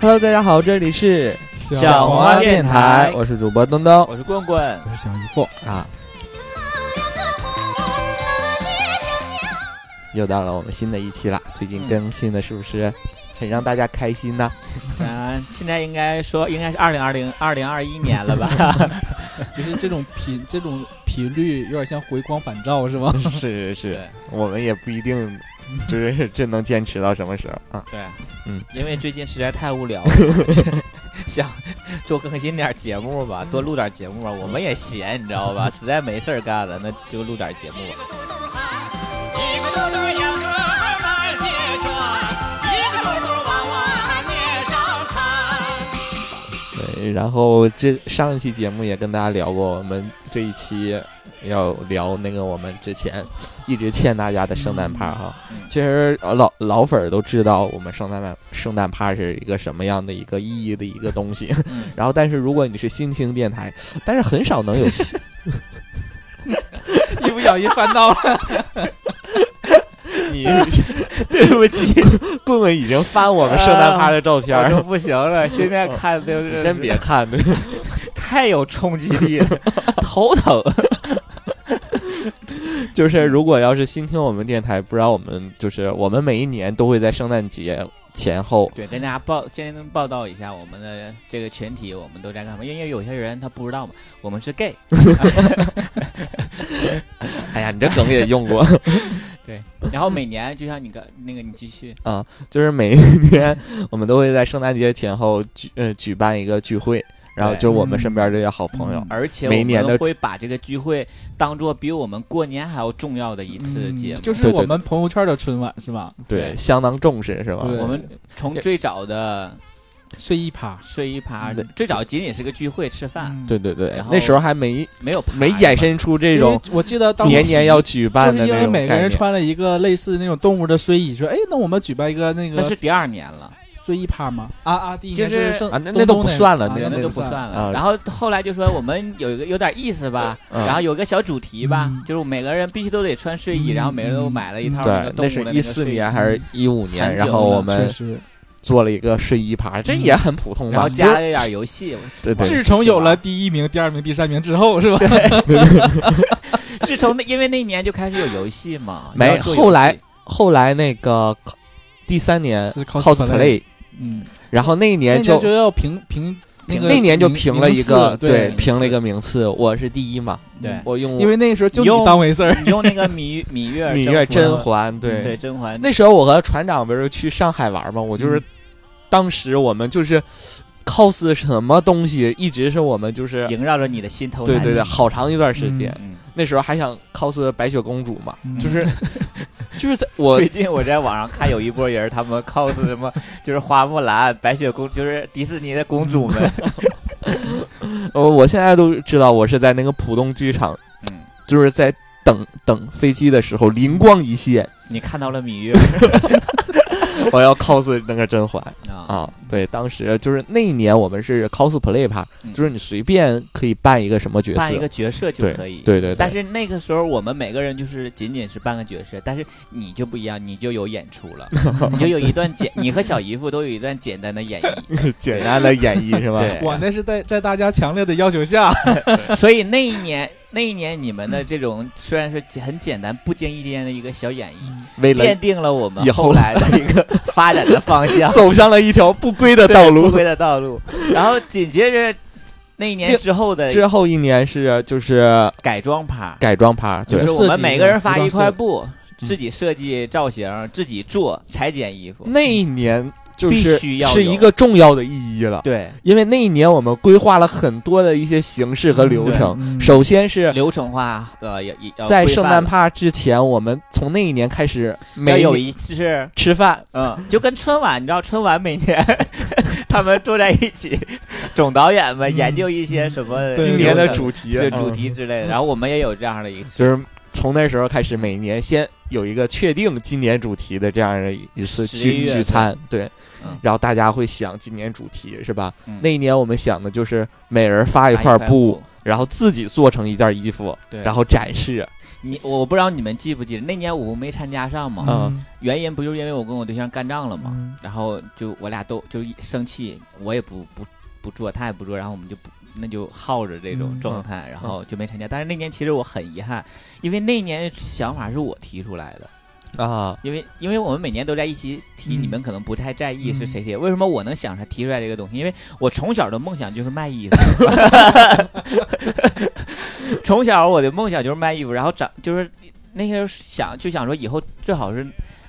Hello，大家好，这里是小红黄花花电电台台，我是主播东东我是棍棍，我是小姨父，啊。又到了我们新的一期了，最近嗯更新的是不是很让大家开心呢？咱现在应该说应该是二零二零二零二一年了吧？ 就是这种频这种频率有点像回光返照 是吗？ 是是是对，我们也不一定就是真能坚持到什么时候啊。对，嗯，因为最近实在太无聊了，想多更新点节 目吧，多录点节目吧。我们也闲，你知道 吧？实在没事儿干了，那就录点节目吧。一个嘟嘟秧歌儿来卸妆，一个嘟嘟娃娃面上躺。对，然后这上一期节目也跟大家聊过，我们这一期要聊那个我们之前一直欠大家的圣诞趴哈、嗯其实呃老老粉儿都知道我们圣诞趴圣诞趴是一个什么样的一个意义的一个东西。嗯， 然后，但是如果你是新兴电台，但是很少能有 一不小心翻到了，你对不起，啊棍棍已经翻我们圣诞趴的照片我儿，都 不行了，现在看的你先别看，对太有冲击力了，头 疼。就是如果要是新听我们电台，不知道我们就是我们每一年都会在圣诞节前后对，跟大家报先报道一下我们的这个群体，我们都在干嘛？因为有些人他不知道嘛，我们是 gay，哎呀，你这梗也用 过，然后每年就像你刚那个你继续，就是每一年我们都会在圣诞节前后举呃举办一个聚会，然后对就是我们身边这些好朋友嗯，而且每我年的们会把这个聚会当做比我们过年还要重要的一次节目。嗯就是对对我们朋友圈的春晚是吧？对，相当重视是吧？对，我们从最早的睡一趴，睡衣趴嗯，最早仅仅是个聚会吃饭，嗯对，对对然，后那时候还没没有趴没是衍吧生出这因种为我记得当时年年要举就办是的因那为种每个概人念。穿了一个类似那种动物的睡衣，说哎，那我们举办一个那那是个第二年了，睡衣趴吗？啊啊，第一就年是圣啊那那都东东不算了啊那那个那都就不不算算啊了。然后后来就说我们有一个有点意思吧，嗯然后有个小主题吧嗯，就是每个人必须都得穿睡衣，嗯然后每个人都买了一套对，动那物是的一个四睡衣年还是一五年，很然久后了我确们实，做了一个睡衣趴，这嗯也很普通嘛。然后就加了一点游戏。对对自从有了第一名、第二名、第三名之后是吧？自从那因为那一年就开始有游戏嘛，没然做游戏后来后来那个第三年是 cosplay，嗯，然后那一那年年就就要评评那个那年就名评了一名次个对名次评了一个名次，我是第一嘛，对我用因为那个时候就用你当回事儿，你用那个芈芈月 芈月征甄服嬛，了嗯对对甄嬛那时候我和船长不是去上海玩嘛，我就是嗯当时我们就是 cos 什么东西，一直是我们就是萦绕着你的心头对难对对，解好长一段时间，嗯那时候还想 cos 白雪公主嘛， 嗯就是。 就是在我最近我在网上看有一波人，他们 cos 什么，就是花木兰、白雪公，就是迪士尼的公主嗯们。呃，我现在都知道我是在那个浦东机场，嗯，就是在等等飞机的时候灵光一现， 你看到了芈 月我要 cos 那个甄嬛啊？啊！对，当时就是那一年我们是 cosplay 趴，嗯就是你随便可以扮一个什么角色，扮一个角色就可以。对对对，但是那个时候，我们每个人就是仅仅是扮个角色，但是你就不一样，你就有演出 了，你就有一段简，你和小姨夫都有一段简单的演 绎。简单的演绎是吧？对我那是在在大家强烈的要求下，所以那一年，那一年你们的这种虽然是简很简单、不经意间的一个小演绎，嗯 为了奠定了我们以后。后来的一个发展的方向走向了一条不归的道不路。归的道 路。然后紧接着那一年之后的之后一年是就是改装趴，改装趴，就对是设计我们每个人发一块布，嗯自己设计造型，自己做裁剪衣服。那一年就必是须要是有一个重要的意义了。对，因为那一年我们规划了很多的一些形式和流程。嗯对首先是流程化，呃，也也要在规范圣诞了趴之前，我们从那一年开始要每有一次是，吃饭，嗯，就跟春晚，你知道春晚每年 他们坐在一 起，总导演们嗯研究一些什么对今年的流程主题对嗯主题之类的。然后我们也有这样的一个，就是从那时候开始，每年先有一个确定今年主题的这样的一次11聚月聚餐，对嗯，然后大家会想今年主题是吧嗯？那一年我们想的就是每人发一块布布，，然后自己做成一件衣服，对，然后展示。你我不知道你们记不记得，那年我没参加上嘛，嗯原因不就是因为我跟我对象干仗了嘛，嗯然后就我俩都就是一生气，我也不不不做，他也不做，然后我们就不那就耗着这种嗯状态，然后就没参加。但是那年其实我很遗憾，因为那年想法是我提出来的，啊，因为因为我们每年都在一起提，嗯你们可能不太在意嗯是谁提。为什么我能想上提出来这个东西？因为我从小的梦想就是卖衣服， 从小我的梦想就是卖衣服，然后长就是那些时候想就想说以后最好是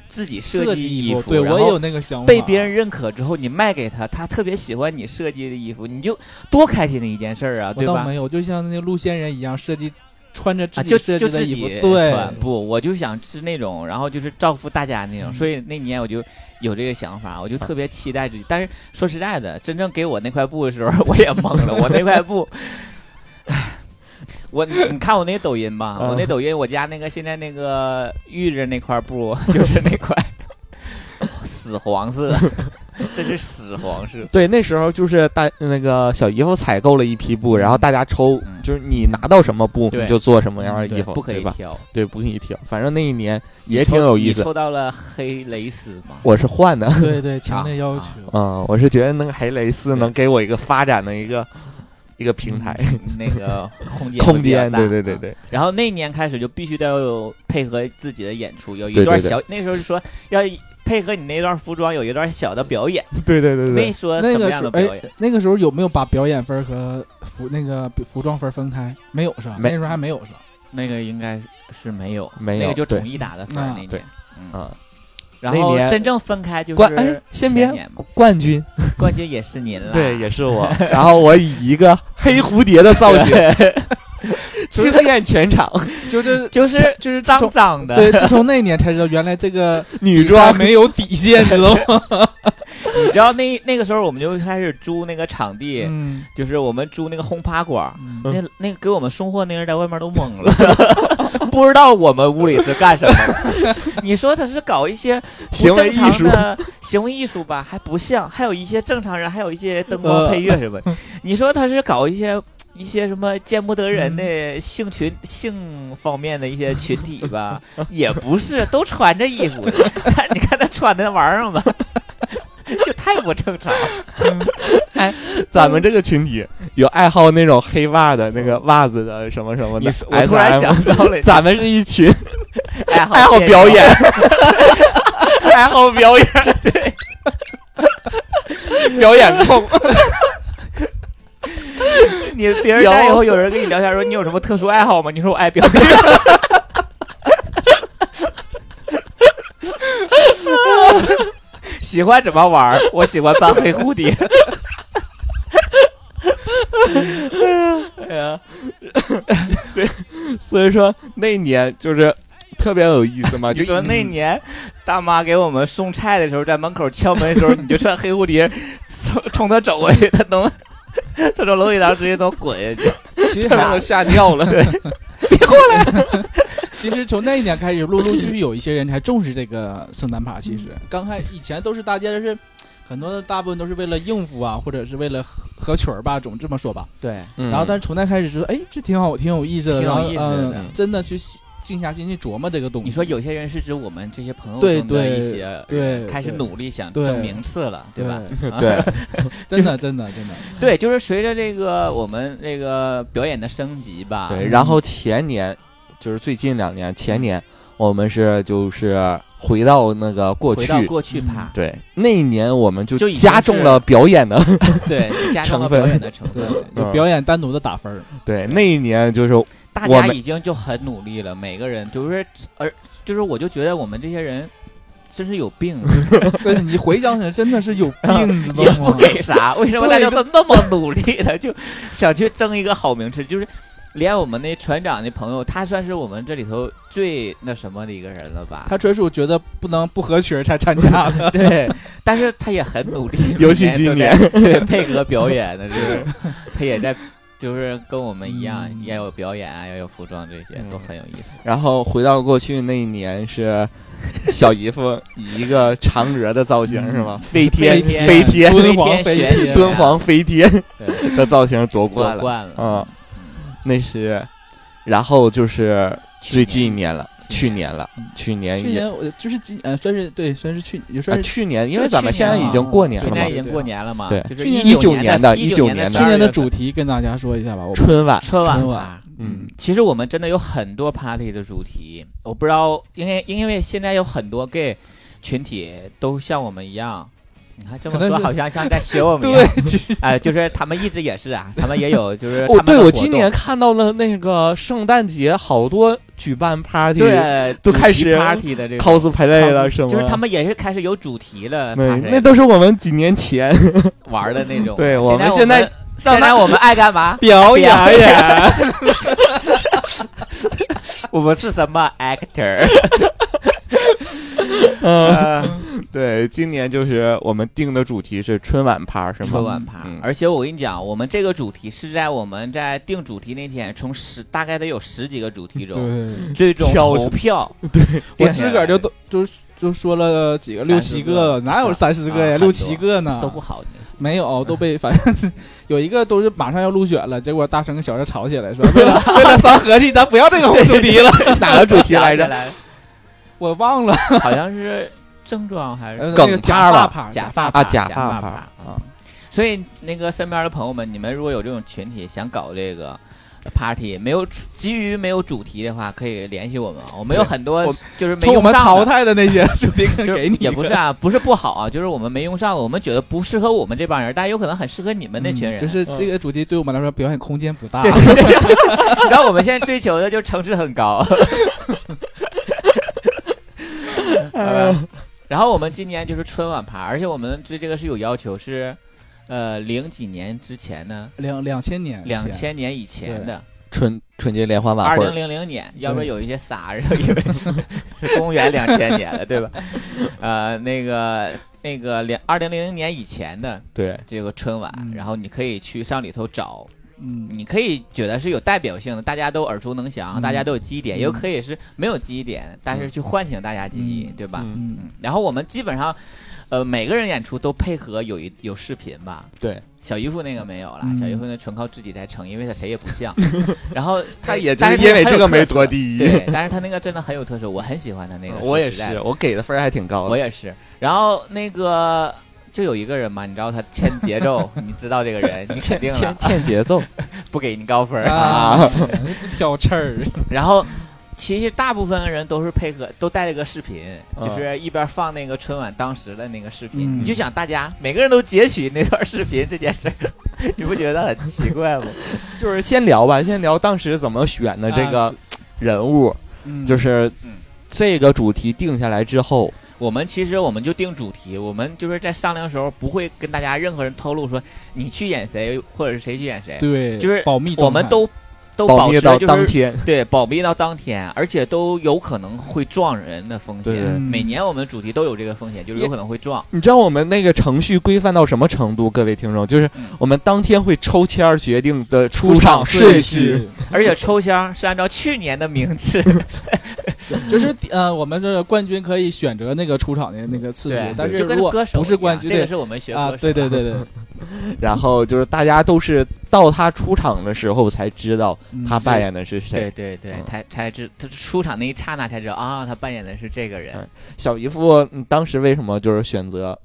自己设计计服，对然我后也有那个想法，被别人认可之后，你卖给他，他特别喜欢你设计的衣服，你就多开心的一件事儿啊，我对倒吧？没有，就像那个鹿仙人一样，设计穿着自啊，己就设就计的自衣服己，对穿，不，我就想是那种，然后就是造福大家那种，嗯所以那年我就有这个想法，我就特别期待自己。但是说实在的，真正给我那块布的时候，我也懵了， 我那块布。唉我你看我那抖音吧，嗯我那抖音，我家那个现在那个玉子那块布就是那块死黄色， 这是死黄色。对，那时候就是大那个小姨夫采购了一批布，然后大家抽，嗯就是你拿到什么布对嗯你就做什么样的对衣服，不可以对吧？挑，对，不可以挑。反正那一年也你抽挺有意你思，抽到了黑蕾丝吗？我是换的。对 对，强烈要求。啊嗯，我是觉得那个黑蕾丝能给我一个发展的一个一个平台、那 个空间嗯会空间，比较大嗯对对对。对，然后那一年开始就必须得要有配合自己的演出，有一对对段对小那时候就说要配合你那段服装有一段小的表演，对对对没对，说那什么个样时的候，表演。哎，那个时候有没有把表演分儿和服那个服装分儿分开？没有是吧？没那时候还没有是吧？那个应该是没有，没有那个就对统一打的分儿啊那年对。嗯，啊，然那后年真正分开就冠哎是，先前别年嘛冠军，冠军也是您了，对， 也是我。然后我以一个黑蝴蝶的造型惊艳全 场，就这就是就是自脏从脏的，对，自从那年才知道原来这个女比装赛没有底线，你知道 吗？你知道那那个时候我们就开始租那个场地，嗯，就是我们租那个轰趴馆儿，嗯那那个给我们送货那人在外面都懵了， 不知道我们屋里是干什么的。 你说他是搞一些不行为正常艺术，的行为艺术吧，还不像，还有一些正常人，还有一些灯光呃配乐什么的。你说他是搞一些一些什么见不得人的性群、性方面的一些群体吧，也不是，都穿着衣服的。 你看他穿的那玩意儿吧， 就太不正常了。咱们这个群体有爱好那种黑袜的那个袜子的什么什么的你说，我突然 S&M 想到了咱们是一群爱好爱好电表影演， 爱好表演，对，表演控，你别人家以后有人跟你聊天说你有什么特殊爱好吗？你说我爱表演。 喜欢怎么玩儿？我喜欢扮黑蝴蝶。 啊所以说那年就是特别有意思嘛，你就说一那年大妈给我们送菜的时候，在门口敲门的时候，你就穿黑蝴蝶冲冲她走过去，她能，她从楼梯上直接能滚下去。其实他们还都吓尿了，其实从那一年开始，陆陆续续有一些人才重视这个圣诞趴。其实嗯刚开以前都是大家就是很多大部分都是为了应付啊，或者是为了合合群儿吧，总这么说吧。对，然然后但是从那开始就说，哎，这挺好，挺有意思的，嗯挺有然后意思的嗯，真的去细静下心去琢磨这个东西。你说有些人是指我们这些朋友对中的对一些人对开始对努力想对争名次了，对吧？啊 对， 真的真的真的， 对，就是随着这个我们这个表演的升级吧，对，然后前年就是最近两年，前年我们是就是回到那个过回到去，过去趴，对，那一年我们就就已经加重了表演的， 对，加上了成分表演的成对分，，嗯有表演单独的打 分儿，对，那一年就是大我家们已经就很努力了，每个人就是而就是我就觉得我们这些人真是有 ，病，对你回想起来真的是有病，知也道 不吗？给啥，为什么大对家都那么努力的就想去争一个好名次，就是。连我们那船长那朋友，他算是我们这里头最那什么的一个人了吧？他纯属觉得不能不合群儿才参加的，对，但是他也很努力尤其今每年都在对配合表演的，就是他也在，就是跟我们一样，嗯要有表演啊，要有服装，这些嗯都很有意思。然后回到过去那一年是小姨夫以一个嫦娥的造型是吗？飞天嗯天飞天敦飞煌天飞玄女天敦煌飞天对的造型夺夺冠了，啊冠了，嗯，那是，然后就是最近一年了，去年了嗯，去年去也年我就是今呃算是对算是去也啊算，是去年，因为就咱们哎去现在年已啊经过年现了在嘛已，经过年了嘛，嗯对就是去年一19年的一19年年的的去年的12主月份题跟大家说一下吧，我们春晚，春晚春吧晚嗯，其实我们真的有很多 party 的主题，我不知道，因为因为现在有很多 gay 群体都像我们一样，你看这么可能说是好像像在学我 们一样，对，其实哎、就是他们一直也是 啊，他们也有就是哦，他们的对，活我动今年看到了那个圣诞节，好多举办 party 对都主题开始 party 的这种 cosplay 了，是吗？就是他们也是开始有主题了，那 party 那都是我们几年前玩的那种。对我我们现现在哦现在 我们爱干嘛？ 表 演演， 我们是什么 actor？嗯，呃对，今年就是我们定的主题是春晚趴，是吗？春晚趴嗯。而且我跟你讲，我们这个主题是在我们在定主题那天，从十大概得有十几个主题中，对，最终挑投票，我定下自来个儿就都就就说了几个三六四七个个，哪有三十个啊呀？六七个呢？都不好。你是没有，都被反正有一个都是马上要入选了，结果大成跟小郑吵起来说，为了为了伤和气，咱不要这个主题了。哪个主题来来着？来，我忘 了，好像是症状还是呃梗那个趴假吧发趴，假发发啊，趴假发嗯趴啊，所以那个身边的朋友们，你们如果有这种群体想搞这个。party 没有基于没有主题的话，可以联系我们啊。我们有对很多我就是没从我用们上淘的汰的那些主 题可以就是给你一个，也不是啊，不是不好啊，就是我们没用上的，我们觉得不适合我们这帮人，但有可能很适合你们那群人。啊嗯就是这个主题对我们来说表演空间不大对，。对对对 你知啊道我们现在追求的就是层次很 高。呃然后我们今年就是春晚趴，而且我们对这个是有要求，是呃零几年之前呢，两两千年，两千年以前的， 春春节联欢二晚会零，零零年，要不然有一些傻人以为是是公元两千年的，对 吧？呃，那个那个两二零零零年以前的对，这个春晚，嗯然后你可以去上里头找嗯，你可以觉得是有代表性的，大家都耳熟能详，嗯大家都有记忆点，嗯也有可以是没有记忆点，但是去唤醒大家记忆，嗯对吧？嗯嗯，然后我们基本上，呃，每个人演出都配合有一有视频吧。对，小姨夫那个没有了，嗯小姨夫那纯靠自己在撑，因为他谁也不 像。然后他也就但是是因为他这个很有没特夺色第一，对，但是他那个真的很有特色，我很喜欢他那个。嗯我也说实在的是，我给的分儿还挺高我的，也是。然后那个就有一个人嘛，你知道他欠节 奏，你知道这个人，你肯定了欠欠节 奏，不给你高分儿啊， 挑刺儿，然后其实大部分人都是配合，都带了个视频，嗯就是一边放那个春晚当时的那个视频，嗯你就想大家每个人都截取那段视频这件事儿，你不觉得很奇怪 吗？就是先聊吧，先聊当时怎么选的这个人物，嗯就是嗯这个主题定下来之后，我们其实我们就定主题，我们就是在商量的时候不会跟大家任何人透露说你去演谁或者是谁去演谁，对，就是保密状态，我们都。都保保密持到就是当天，对保密到当天，而且都有可能会撞人的风对险。嗯每年我们主题都有这个风险，就是有可能会撞。你知道我们那个程序规范到什么程度？各位听众，就是嗯我们当天会抽签儿决定的出出场场顺序。序， 而且抽签是按照去年的名次， 就是呃，我们这冠军可以选择那个出场的那个 次对序，，但是就跟如果歌手不一是样冠军，这个对是我们学啊歌，手对的 对对对，然后就是大家都是到他出场的时候才知道嗯他扮演的是对谁。对对，嗯才才知他出场那一刹那才知道啊，他扮演的是这个人嗯，小姨夫嗯当时为什么就是选择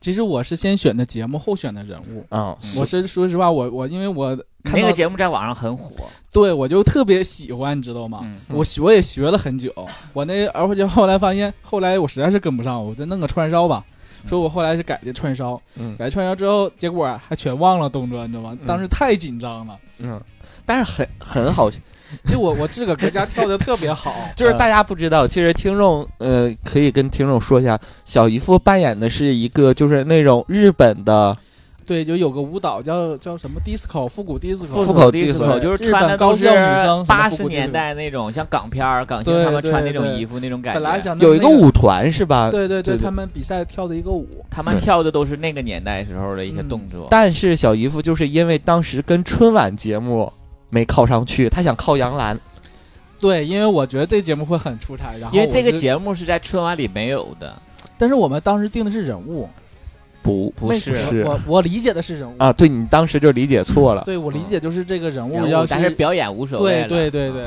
其实我是先选的节目，后选的人物。啊？嗯我是说实话，我我因为我看那到个节目在网上很火，对我就特别喜欢，你知道吗？嗯，嗯我学我也学了很久，我那而且后来发现，后来我实在是跟不上，我就弄个串烧吧。嗯说我后来是改的串烧，嗯改串烧之后，结果还全忘了动作，你知道吗？嗯当时太紧张了，嗯，但是很很好，其实我我自个儿搁家跳的特别好， 就是嗯大家不知道，其实听众呃可以跟听众说一下，小姨夫扮演的是一个就是那种日本的对，就有个舞蹈叫叫什么 disco 复古 disco，复古第一 disco 首就是日穿本的高都是校女生什么八复十古地年代那种像港片儿、港星对他们穿那对种对衣服那种感本来觉。想弄有一个那舞团是吧？对对对对，对他们比赛跳的一个舞，他们对跳的都是那个年代时候的嗯一些动作，但是小姨夫就是因为当时跟春晚节目没靠上去，他想靠杨澜，对，因为我觉得这节目会很出彩，然后因为这个我是，节目是在春晚里没有的。但是我们当时定的是人物，不不没是嗯是我我理解的是人物，啊，对你当时就理解错了，对我理解就是这个人人物物要但是去，表演无所谓了对对对对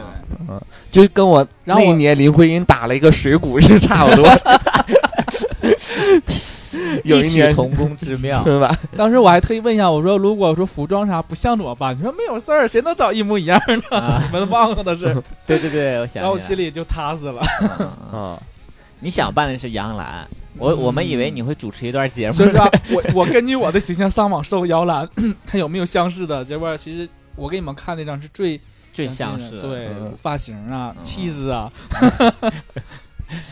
啊就跟我然后那我一年林徽因打了一个水鼓是差不多。 有一异曲年同工之 妙。春晚，当时我还特意问一下，我说如果说服装啥不像怎么办？你说没有事儿，谁 能找一模一样呢？啊你们忘了的是，对对对，我想起来了。然后我心里就踏实了。嗯嗯啊，你想办的是杨澜，我我们以为你会主持一段节目，嗯所以 说啊，我我根据我的形象上网搜摇篮， 看有没有相似的。结果其实我给你们看那张是最最像近是的对、嗯发型啊、嗯气质啊，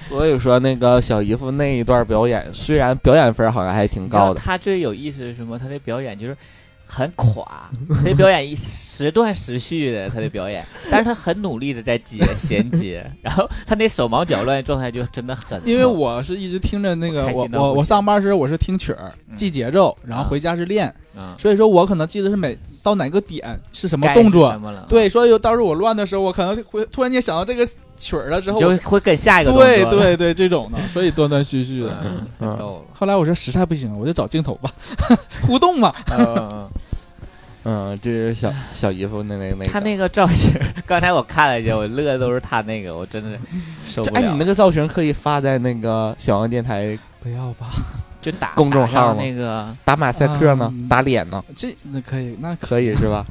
所以说那个小姨夫那一段表演，虽然表演分好像还挺你知道高的，他最有意思是什么？他的表演就是很垮， 他的表演一时断时续的，他的表演， 但是他很努力的在接衔接， 然后他那手忙脚乱的状态就真的很猛。因为我是一直听着那个开我心到我不我行上班时候我是听曲儿嗯记节奏，然后啊回家是练，嗯，所以说我可能记得是每到哪个点是什么该动是什作。么嗯了？对，所以有到时候我乱的时候，我可能会突然间想到这个曲儿了之你后，就会跟下一个动作对对对，这种的，所以断断续续的。嗯太逗了。后来我说实在不行，我就找镜头吧， 互动嘛。嗯嗯，这是小小姨夫那那那个他那个造型，刚才我看了一下，我乐的都是他那个，我真的是受这不哎，你了。那个造型可以发在那个小王电台不要吧，就打公众打上号吗那个打马赛克呢，嗯打脸呢，这那可以，那 可以是吧？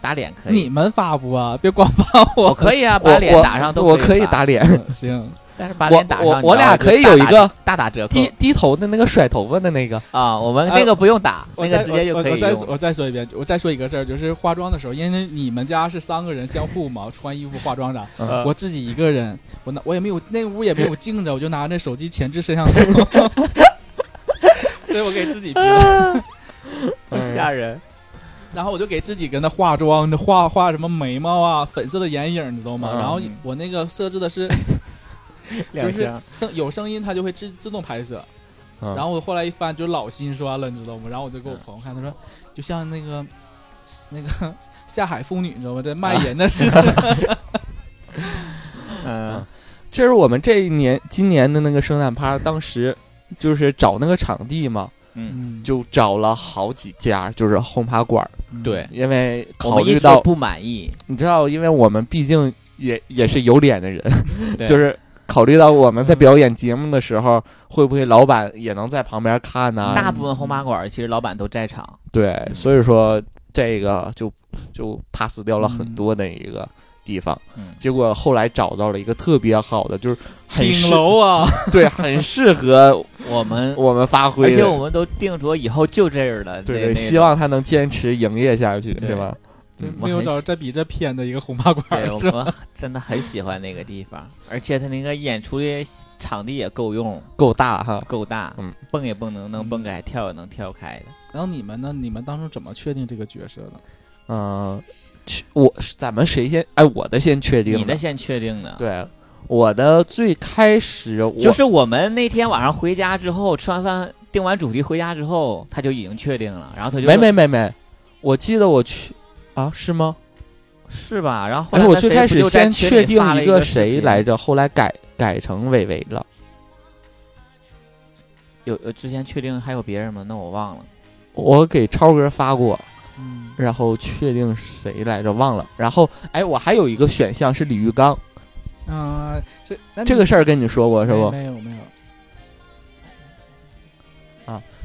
打脸可以，你们发不啊？别光发我我。可以啊，把我脸我打上都我可可以以打，打脸， 行，但是把我脸打上我你知我道俩就可以大有一打个大打折扣低低头的那个甩头发的那个，啊，我们哎那个不用打， 那我个再直接就我可以我再用了。我再说一遍，我再说一个事儿，就是化妆的时候，因为你们家是三个人相互嘛，穿衣服、化妆啥，嗯我自己一个人，我拿我也没有那屋也没有镜子，我就拿那手机前置摄像嗯头，所以我给自己 P 了，嗯吓人， 然后我就给自己跟那化妆，那画画什么眉毛啊，粉色的眼影，你知道吗？嗯然后我那个设置的是就 两是声声有声音，它就会自自动拍摄。嗯然后我后来一翻，就老心酸了，你知道吗？然后我就给我朋友看，他说就像那个那个下海妇女，你知道吗？这卖淫的似的。啊 嗯，这是我们这一年今年的那个圣诞趴，当时就是找那个场地嘛，嗯，就找了好几家，就是轰趴馆儿，对，因为我考们一虑直到都不满意，你知道，因为我们毕竟也也是有脸的人，对 嗯就是考虑到我们在表演节目的时候，会不会老板也能在旁边看啊呢、大部分红马馆儿其实老板都在场，对，嗯所以说这个就就 pass 掉了很多的一个地方。嗯，结果后来找到了一个特别好的，就是嗯很顶适楼啊， 对，很适合我们我们发而挥且我的。们都定着以后就这样了，对那对，希。望他能坚持营业下去，对是吧？就嗯没有找这比这偏的一个红八那馆个儿，对是吧？我们 真的很喜欢那个地方，而且他那个演出的场地也够用，够大哈。够大，嗯，蹦也蹦能能蹦开，跳也能跳开的。然后你们呢？你们当初怎么确定这个角色的？嗯，去我咱们谁先？哎，我的先确定你的先确定的，对，我的最开始我就是我们那天晚上回家之后，吃完饭定完主题回家之后，他就已经确定了，然后他就没说没没没，我记得我去啊，是吗？是吧？然后后哎，来我那最谁开不始就在先群确里定发了一个个谁来着，后来改改成伟伟了。有有之前确定还有别人吗？那我忘了。我给超哥发过，嗯，然后确定谁来着忘了。然后哎，我还有一个选项是李玉刚，啊，这那你这个事儿跟你说过是没不？没有没有，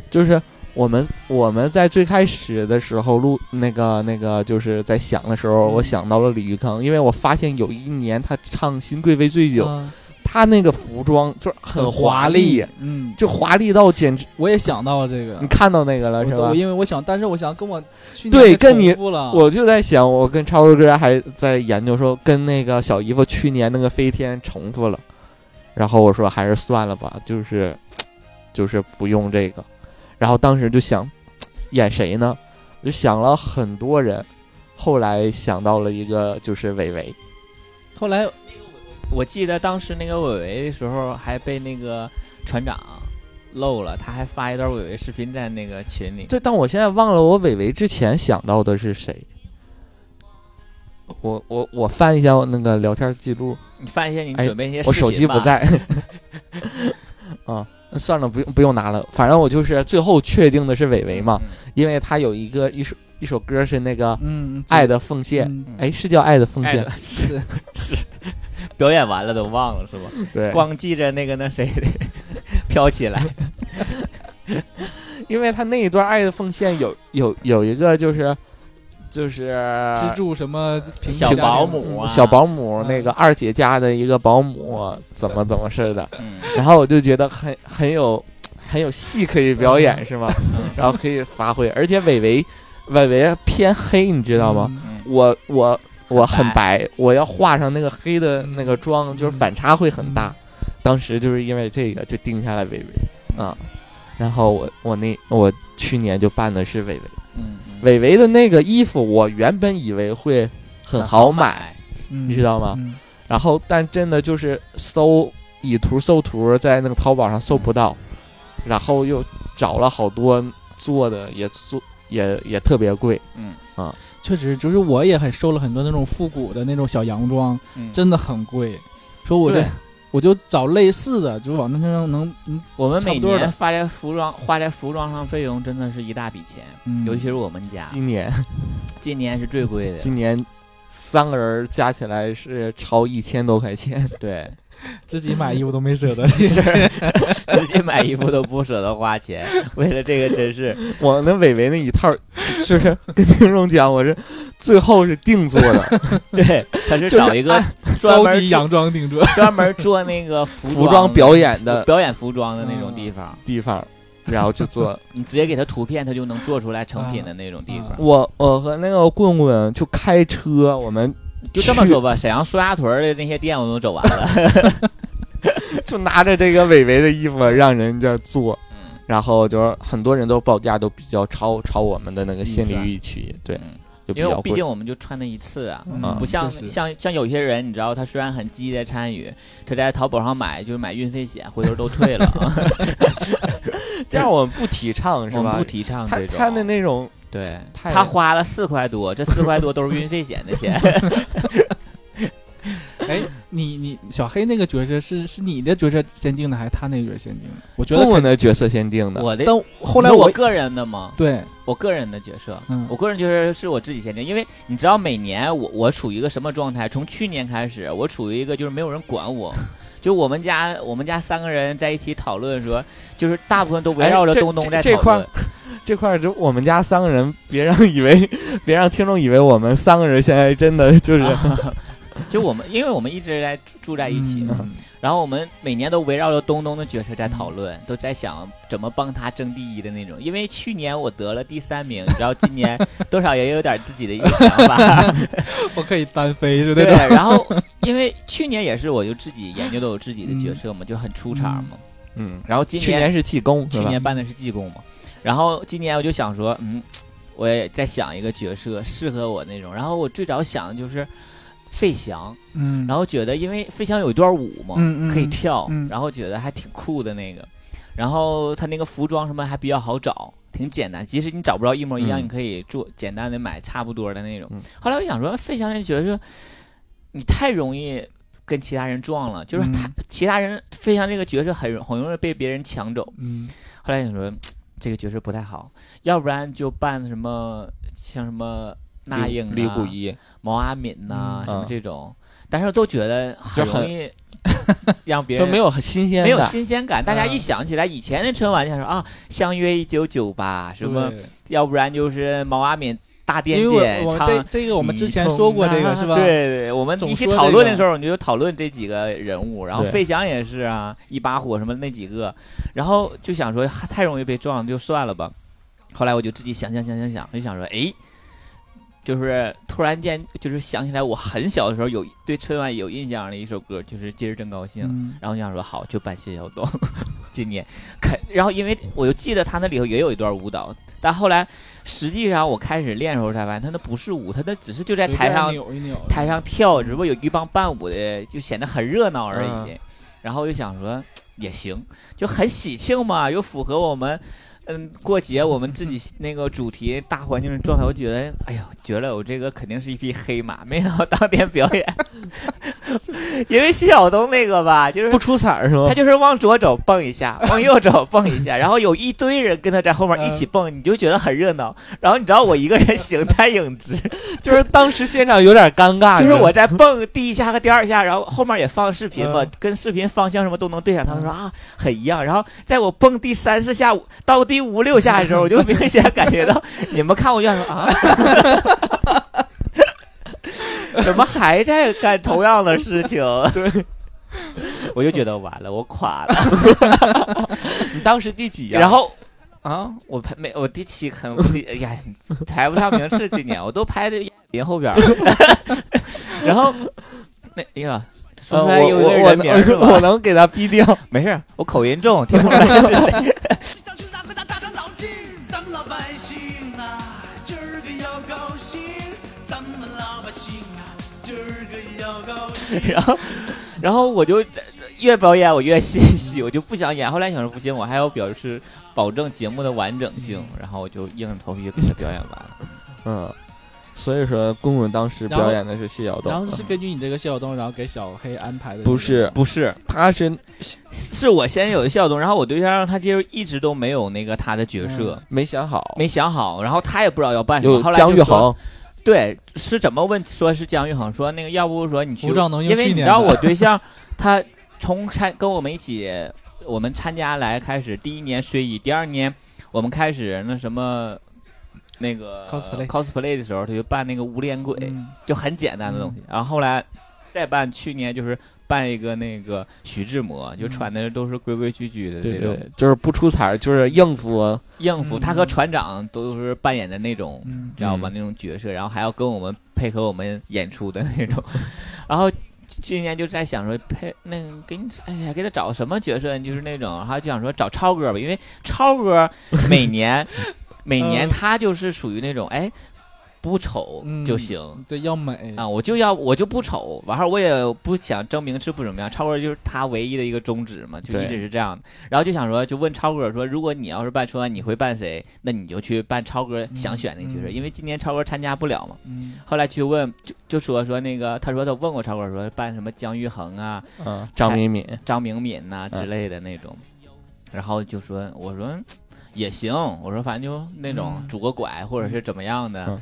就是我们我们在最开始的时候录那个那个就是在想的时候，嗯我想到了李玉刚，因为我发现有一年他唱《新贵妃醉酒》，啊他那个服装就是很华丽，。嗯，就华丽到简直，我也想到了这个你，看到那个了嗯我是都吧？因为我想，但是我想跟我去年对的跟你重复了，我就在想，我跟超哥还在研究说，跟那个小姨夫去年那个飞天重复了，然后我说还是算了吧，就是就是不用这个，然后当时就想演谁呢？就想了很多人，后来想到了一个就是伟伟，后来我记得当时那个伟伟的时候，还被那个船长漏了，他还发一段伟伟视频在那个群里。对，但我现在忘了我伟伟之前想到的是谁。我我我翻一下我那个聊天记录，你翻一下，你哎准备一些视频吧。我手机不在。啊，那算了，不用不用拿了，反正我就是最后确定的是伟伟嗯嘛，因为他有一个一首一首歌是那个嗯， 《爱的奉献》，嗯哎，是叫《爱的奉哎献》 是表演完了都忘了是吧？对，光记着那个那谁的飘起 来，因为他那一段《爱的奉献》有有有一个就是就是资助什么贫小家保庭姆啊，小保姆嗯那个二姐家的一个保姆怎么怎么似的，嗯， 然后我就觉得很很有很有戏可以表演是吗？然后可以发挥，而且伟伟伟伟偏黑，你知道吗？？嗯嗯我我我很很白，我要画上那个黑的那个妆，就是反差会很大。当时就是因为这个就定下来伟伟啊，然后我我那我去年就办的是伟伟，嗯嗯伟伟的那个衣服我原本以为会很好买，买，嗯你知道吗？嗯然后但真的就是搜以图搜图，在那个淘宝上搜不到，然后又找了好多做的也做也也特别贵，嗯确实，就是我也很收了很多那种复古的那种小洋装，嗯，真的很贵。说我这对，我就找类似的，就是网站上能，嗯我们差每不多的年花在服装花在服装上费用真的是一大笔钱，嗯，尤其是我们家，今年今年是最贵的，今年三个人加起来是超一千多块钱， 对， 自己买衣服都没舍得。直接买衣服都不舍得花钱，为了这个真是我那伟伟那一套，就是跟听众讲，我是最后是定做的对，他是就是找一个按 专高级门洋装定制，专门做那个服服装表演的嗯表演服装的那种地方，地方，然后就做。你直接给他图片，他就能做出来成品的那种地方。嗯我我和那个棍棍就开车，我们就这么去说吧，沈阳苏家屯儿的那些店我都走完了。就拿着这个伟伟的衣服让人家做，嗯然后就是很多人都报价都比较超超我们的那个心理预算预期，对，嗯就比因为较我毕贵。竟我们就穿那一次啊，嗯不像确实像像有些人，你知道，他虽然很积极的参与，他在淘宝上买就是买运费险，回头都退 了。啊这样我们不提倡是我们吧不？提倡他这种。他的那种对，太他花了四块多，这四块多都是运费险的 钱。哎，你你小黑那个角色是是你的角色先定的，还是他那个角色先定的？我觉得棍肯，棍的角色先定的，我的但后来你说我我个人的吗？对，我个人的角色，嗯我个人角色是我自己限定，因为你知道每年我我处于一个什么状态？从去年开始，我处于一个就是没有人管我，就我们家我们家三个人在一起讨论说，就是大部分都围绕着哎这东东在讨论。这这块儿这块儿就我们家三个人，别让以为， 别让听众以为我们三个人现在真的就是，啊就我们因为我们一直在住住在一起嘛，嗯然后我们每年都围绕着东东的角色在讨论，都在想怎么帮他争第一的那种。因为去年我得了第三名，你知道今年多少也有点自己的一个想法。 我嗯可以单飞，是对，那种。然后因为去年也是，我就自己研究的我自己的角色嘛，就很出场嘛。嗯，然后今去年是济公，是去吧年办的是济公嘛，然后今年我就想说，嗯，我也在想一个角色适合我那种。然后我最早想的就是费翔，嗯，然后觉得因为费翔有一段舞嘛，嗯嗯可以跳，嗯然后觉得还挺酷的那个。然后他那个服装什么还比较好找，挺简单。即使你找不着一模一样，嗯你可以做简单的买差不多的那种。嗯后来我想说，费翔这角色，你太容易跟其他人撞了，嗯就是他、其他人费翔这个角色很容很容易被别人抢走。嗯后来想说，嘖这个角色不太好，要不然就办什么像什么那李英、啊、李谷一，毛阿敏呐、嗯什么啊这种，但是都觉得很就很容易 让别就人没有很新鲜没有感嗯新鲜感。大家一想起来以前的春晚，就想说啊，相约一九九八什么，对要不然就是毛阿敏大颠因为姐我我唱这。这个我们之前说过这个是吧？对，对，我们总一起说讨这论个的时候，你就讨论这几个人物，然后对费翔也是啊，一把火什么那几个，然后就想说哈太容易被撞，就算了吧。后来我就自己想想想想想，就想说，哎，就是突然间就是想起来，我很小的时候有对春晚有印象的一首歌，就是《今儿真高兴》。嗯然后我想说好，就办谢晓东， 今年肯，然后因为我又记得他那里头也有一段舞蹈，但后来实际上我开始练的时候才发现，他那不是舞，他那只是就在台上随便扭一扭，台上跳，只不过有一帮伴舞的就显得很热闹而已。嗯然后我就想说嗯也行，就很喜庆嘛，又符合我们。嗯，过节我们自己那个主题大环境的状态，我觉得，哎呦，觉得我这个肯定是一匹黑马。没想到当天表演， 因为徐晓东那个吧，就是不出彩儿是吗他？就是往左走蹦一 下，往右走蹦一下，然后有一堆人跟他在后面一起嗯蹦，你就觉得很热闹。然后你知道我一个人 形单影只，就是当时现场有点尴尬，就是你知道我在蹦第一下和第二下，然后后面也放视频嘛嗯，跟视频方向什么都能对上。他们说啊，很一样。然后在我蹦第三四下到第五六下的时候，我就明显感觉到你们看我就想说啊。 怎么还在干同样的事情？对， 我就觉得完了，我垮了。 你当时第几呀？然后啊，我拍没我第七可能不第，哎呀， 排不上名次。今年我都排在别人后边儿。 然后那哎呀，说呃出来我有一个我我人名儿是 能我吧？能给他逼掉。 没事儿，我口音重，听不出来是谁。上去大哥大打声倒劲，咱们老百姓啊，今儿个要高兴，咱们老百姓啊，今儿个要高兴。然后然后我就越表演我越心虚，我就不想演。后来想说不行，我还要表示保证节目的完整性，然后我就硬着头皮给他表演完了。嗯，所以说滚滚当时然后表演的是谢晓然后东，嗯是根据你这个谢晓东，然后给小黑安排的，不是不是，他是是我先有的笑容，然后我对象让他接受一直都没有那个他的角色。没想好，没想好，然后他也不知道要办什么。有后来姜就育说，恒，对，是怎么问？说是姜育恒说那个，要不说你去服装能用因为去你年知道的我对象，他从参跟我们一起，我们参加来开始，第一年学艺，第二年我们开始那什么。那个 Cosplay cosplay 的时候，他就办那个无脸鬼，嗯就很简单的东西。然后后来再办，去年就是办一个那个徐志摩，就嗯穿的都是规规矩矩的这对种。对，就是不出彩儿，就是应付。应付，嗯他和船长都是扮演的那种，嗯知道吧？嗯那种角色，然后还要跟我们配合我们演出的那种。 然后今年就在想说配那个给你，哎呀，给他找什么角色？就是那种，然后就想说找超哥吧，因为超哥每年每年 嗯他就是属于那种，哎，不丑嗯就行。对要美啊，我就要我就不丑，完后我也不想争名次不怎么样，超哥就是他唯一的一个宗旨嘛，就对一直是这样的。然后就想说，就问超哥说，如果你要是办春晚，你会办谁？那你就去办超哥想选那个角色，嗯因为今年超哥参加不了嘛。嗯后来去问，就就说说那个，他说他问过超哥说办什么姜育恒啊、嗯，张敏敏，张明敏呐、嗯之类的那种，然后就说我说嗯也行，我说反正就那种嗯拄个拐或者是怎么样的。嗯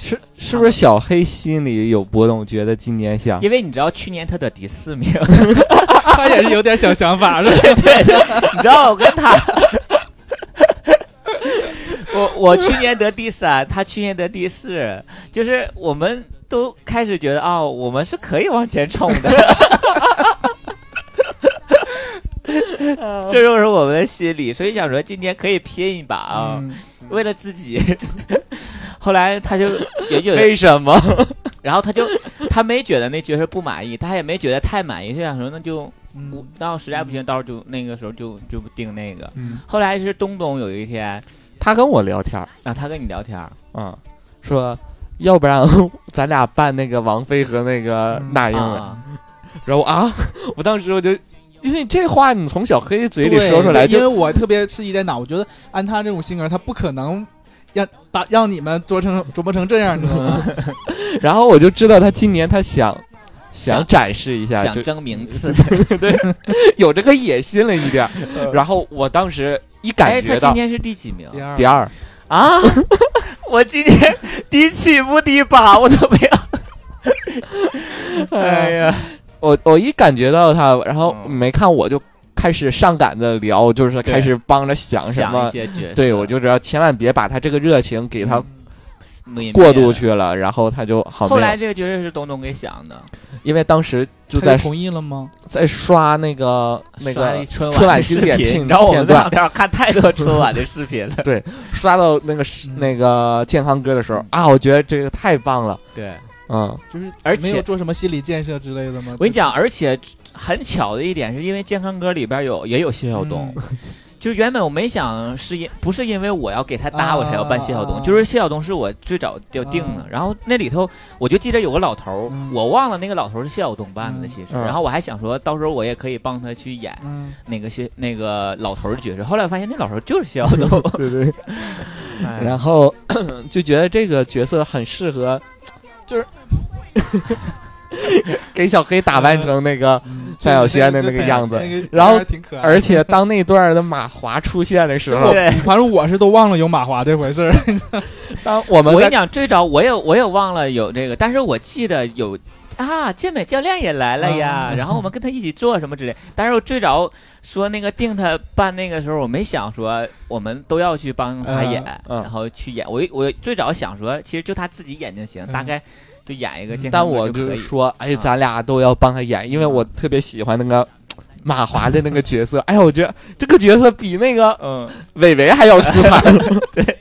是是不是小黑心里有波动，觉得今年想因为你知道去年他得第四名，他也是有点小想法是吧？ 对，你知道我跟他，我我去年得第三，他去年得第四，就是我们都开始觉得啊、我们是可以往前冲的。这就是我们的心理，所以想说今年可以拼一把啊、嗯为了自己。 后来他就也 就为什么？然后他就他没觉得那角色不满意，他也没觉得太满意，就想说那就我嗯到实在不行，到时候就那个时候就就定那个。嗯后来是东东有一天他跟我聊天儿，啊，他跟你聊天儿，嗯，说要不然 咱俩办那个王菲和那个嗯那英文，啊，然后啊， 我当时我就。因为这话你从小黑嘴里对说出来对因为就我特别质疑在哪，我觉得按他这种性格，他不可能让把让你们琢成琢磨成这样，你知道吗？ 然后我就知道他今年他想想想展示一下，想就争名次。有这个野心了一点 儿。嗯然后我当时一 感哎，他觉到今天是第几 名二第二，啊？我今天第七不第八，我都没有。哎呀，我我一感觉到他，然后嗯没看我就开始上赶着聊，就是开始帮着想什想一么。些角色，对，我就知道千万别把他这个热情给嗯他泯灭过度了。去了，然后他就好后没来有，这个角色是东东给想的，因为当时就他在就同意了吗？在刷那个那刷个了春啊春晚的视经典频，片然后我片们这两段，天看太多春晚的视频 了。刷到那个那个健康歌的时候啊，我觉得这个太棒了，对，嗯，就是而没有且做什么心理建设之类的吗？我跟你讲，而且很巧的一点是因为健康歌里边有也有谢晓东，嗯就原本我没想是因不是因为我要给他搭我才要办谢晓东，啊就是谢晓东是我最早就定的。啊然后那里头我就记得有个老头儿，嗯我忘了那个老头儿是谢晓东办的，嗯其实。嗯然后我还想说到时候我也可以帮他去演嗯，那个谢那个老头儿的角色。后来我发现那老头儿就是谢晓 东，对对，哎 然后 就觉得这个角色很适合，就是 给小黑打扮成那个，嗯范晓萱的那个样子然后挺可爱的。而且当那段的马华出现的时候，对，反正我是都忘了有马华这回事儿。当我们我跟在你讲，最早我也我也忘了有这个，但是我记得有啊，健美教练也来了呀，嗯然后我们跟他一起做什么之类。但是我最早说那个定他办那个时候，我没想说我们都要去帮他演，嗯嗯然后去演。我我最早想说，其实就他自己演就行，嗯大概就演一个健康嗯但歌我就就可是以。说，哎，啊嗯咱俩都要帮他演，因为我特别喜欢那个马华的那个角色。哎呀，我觉得这个角色比那个嗯，伟伟还要出 彩。对。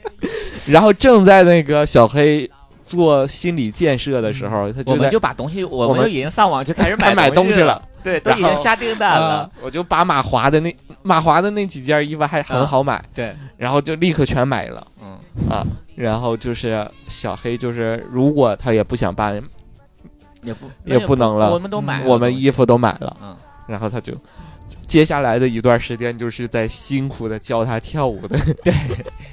然后正在那个小黑做心理建设的时候，他我就们在就把东西，我我们们就已经上网就开始他买东东西了了，对，都然已经后嗯下订单了啊，我就把马华的那马华的那几件衣服还啊很好买，对，然后就立刻全买了。嗯，然后就是小黑，就是如果他也不想办，也不也不能了嗯我们都买了，我们衣服都买了，嗯，然后他就接下来的一段时间就是在辛苦的教他跳舞的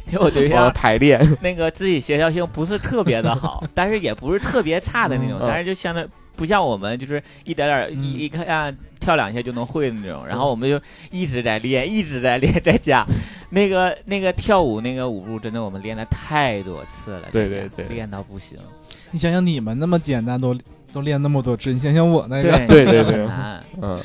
因为我对象 排练。那个自己协调性不是特别的好， 但是也不是特别差的那种，嗯但是就相当不像我们就是一点点儿嗯一一看、啊跳两下就能会的那种，然后我们就一直在练，一直在练，在家 那个那个跳舞那个舞步，真的我们练的太多次了，对在家对对练到不行，你想想，你们那么简单都都练那么多支，你想想我那个，对对对很难，嗯，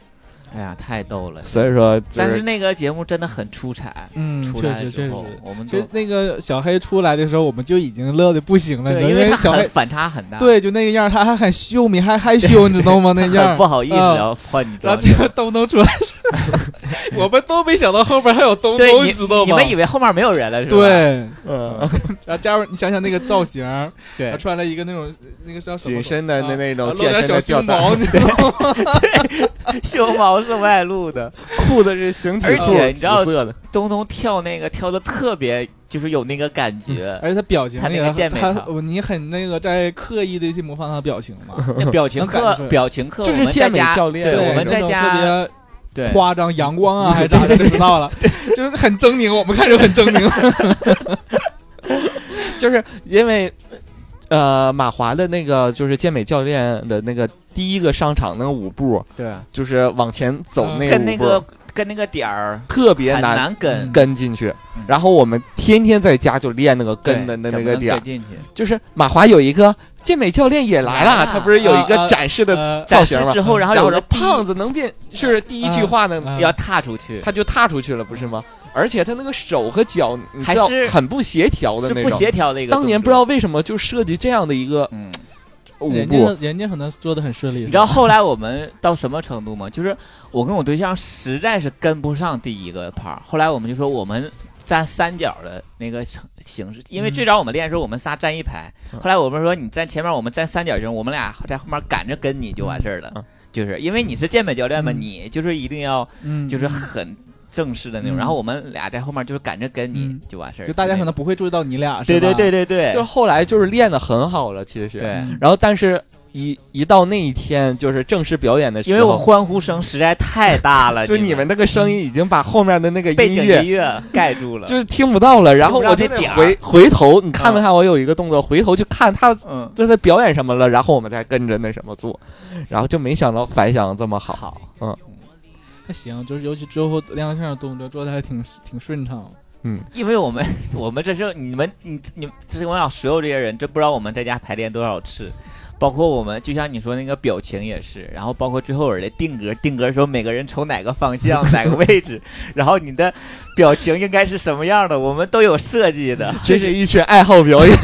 哎呀，太逗了。所以说就但是是那个节目真的很出彩，嗯，出确来实确之实后。我们其实都那个小黑出来的时候，我们就已经乐的不行了，你知对，道因为因它小很黑反差很大，对就那个样儿，他还很秀，你还害羞，你知道吗？那它样很儿不好意思，嗯然后换你然装后结果东东出来是， 我们都没想到后边还有东对，东，你知道吗？你们以为后面没有人了是吧？对，嗯，然后加入你想想那个造型，他对， 穿了一个那种那个叫什么紧身的那那啊种露点健身小的吊胸带，毛， 你知道吗？胸毛是外露的。裤子是形体而裤且你知道紫色的，东东跳那个跳的特别，就是有那个感觉，嗯哎 而且他表情他那个也健美他操哦你很那个在刻意的去模仿他的表情嘛，那表情能感课受表情课，这是我们在健美家教练哎对，对我们在有种家特对别夸张、阳光啊，还是啥的，不知道了，就是很狰狞，我们看着很狰狞。就是因为。呃，马华的那个就是健美教练的那个第一个上场那个舞步，对，就是往前走嗯那个跟舞那步，个跟那个点儿特别很难难跟嗯。跟进去嗯。然后我们天天在家就练那个跟对的那怎那么个能点跟儿，进去，就是马华有一个健美教练也来来了，了他不是有一啊个啊展示的呃造展型示吗之？后，然后啊然有后人说胖子能变，是第一句话呢，啊要踏出去，他就踏出去了，不是吗？而且他那个手和脚，你还知道是很不协调的是那不协种。调的一个动作。当年不知道为什么就设计这样的一个嗯，舞人步家，人家可能做的很顺利，你知道后来我们到什么程度吗？就是我跟我对象实在是跟不上第一个拍儿，后来我们就说我们站三角的那个成形式，因为嗯最早我们练的时候我们仨站一排，嗯后来我们说你站前面，我们站三角形，我们俩在后面赶着跟你就完事儿了。嗯就是因为你是健美教练嘛，嗯你就是一定要嗯，就是很正式的那种，嗯然后我们俩在后面就是赶着跟你嗯就完事儿了。就大家可能不会注意到你俩，对是吧嗯对对对对就后来就是练的很好了，其实。对。然后但是一一到那一天就是正式表演的时因候，为我欢呼声实在太大了，就你们那个声音已经把后面的那个背景音乐音乐盖住了，就是听不到了，然后我听就不到那得点儿回回头，你看没看我有一个动作，回头去看他嗯，这在表演什么了，然后我们再跟着那什么做，然后就没想到反响这么好。好，还行，就是尤其之后亮相的动作做的还挺挺顺畅，因为我们 我们这是你们你你这是我想所有这些人，这不知道我们在家排练多少次，包括我们就像你说那个表情也是，然后包括最后人的定格，定格的时候每个人从哪个方向 哪个位置，然后你的表情应该是什么样的，我们都有设计 的。这是一群爱好表 演，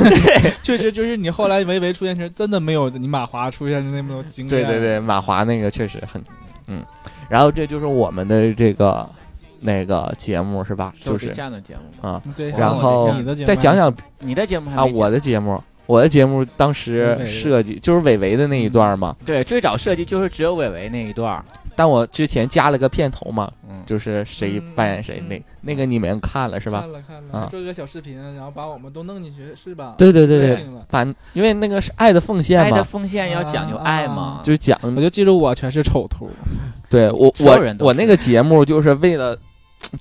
确实就是你后来维维出现时，真的没有你马华出现的那么惊艳。对对，对，马华那个确实很，嗯，然后这就是我们的这个那个节目是吧？就是啊这样的节目吗？嗯对，然后你的节目再讲讲你的节目还啊没讲我的节目，我的节目当伟时伟的设计就是伟伟的那一段嘛，对最早设计就是只有伟伟那一段儿，但我之前加了个片头嘛，嗯，就是谁嗯扮演谁，嗯那那个你们看了是吧？看了看啊了，做个小视频，然后把我们都弄进去，是吧？对对对高对，兴了。反因为那个是爱的奉献爱的啊嘛，奉献要讲究爱嘛，嗯就讲我就记住我全是丑图，对我所有我人都是我那个节目就是为 了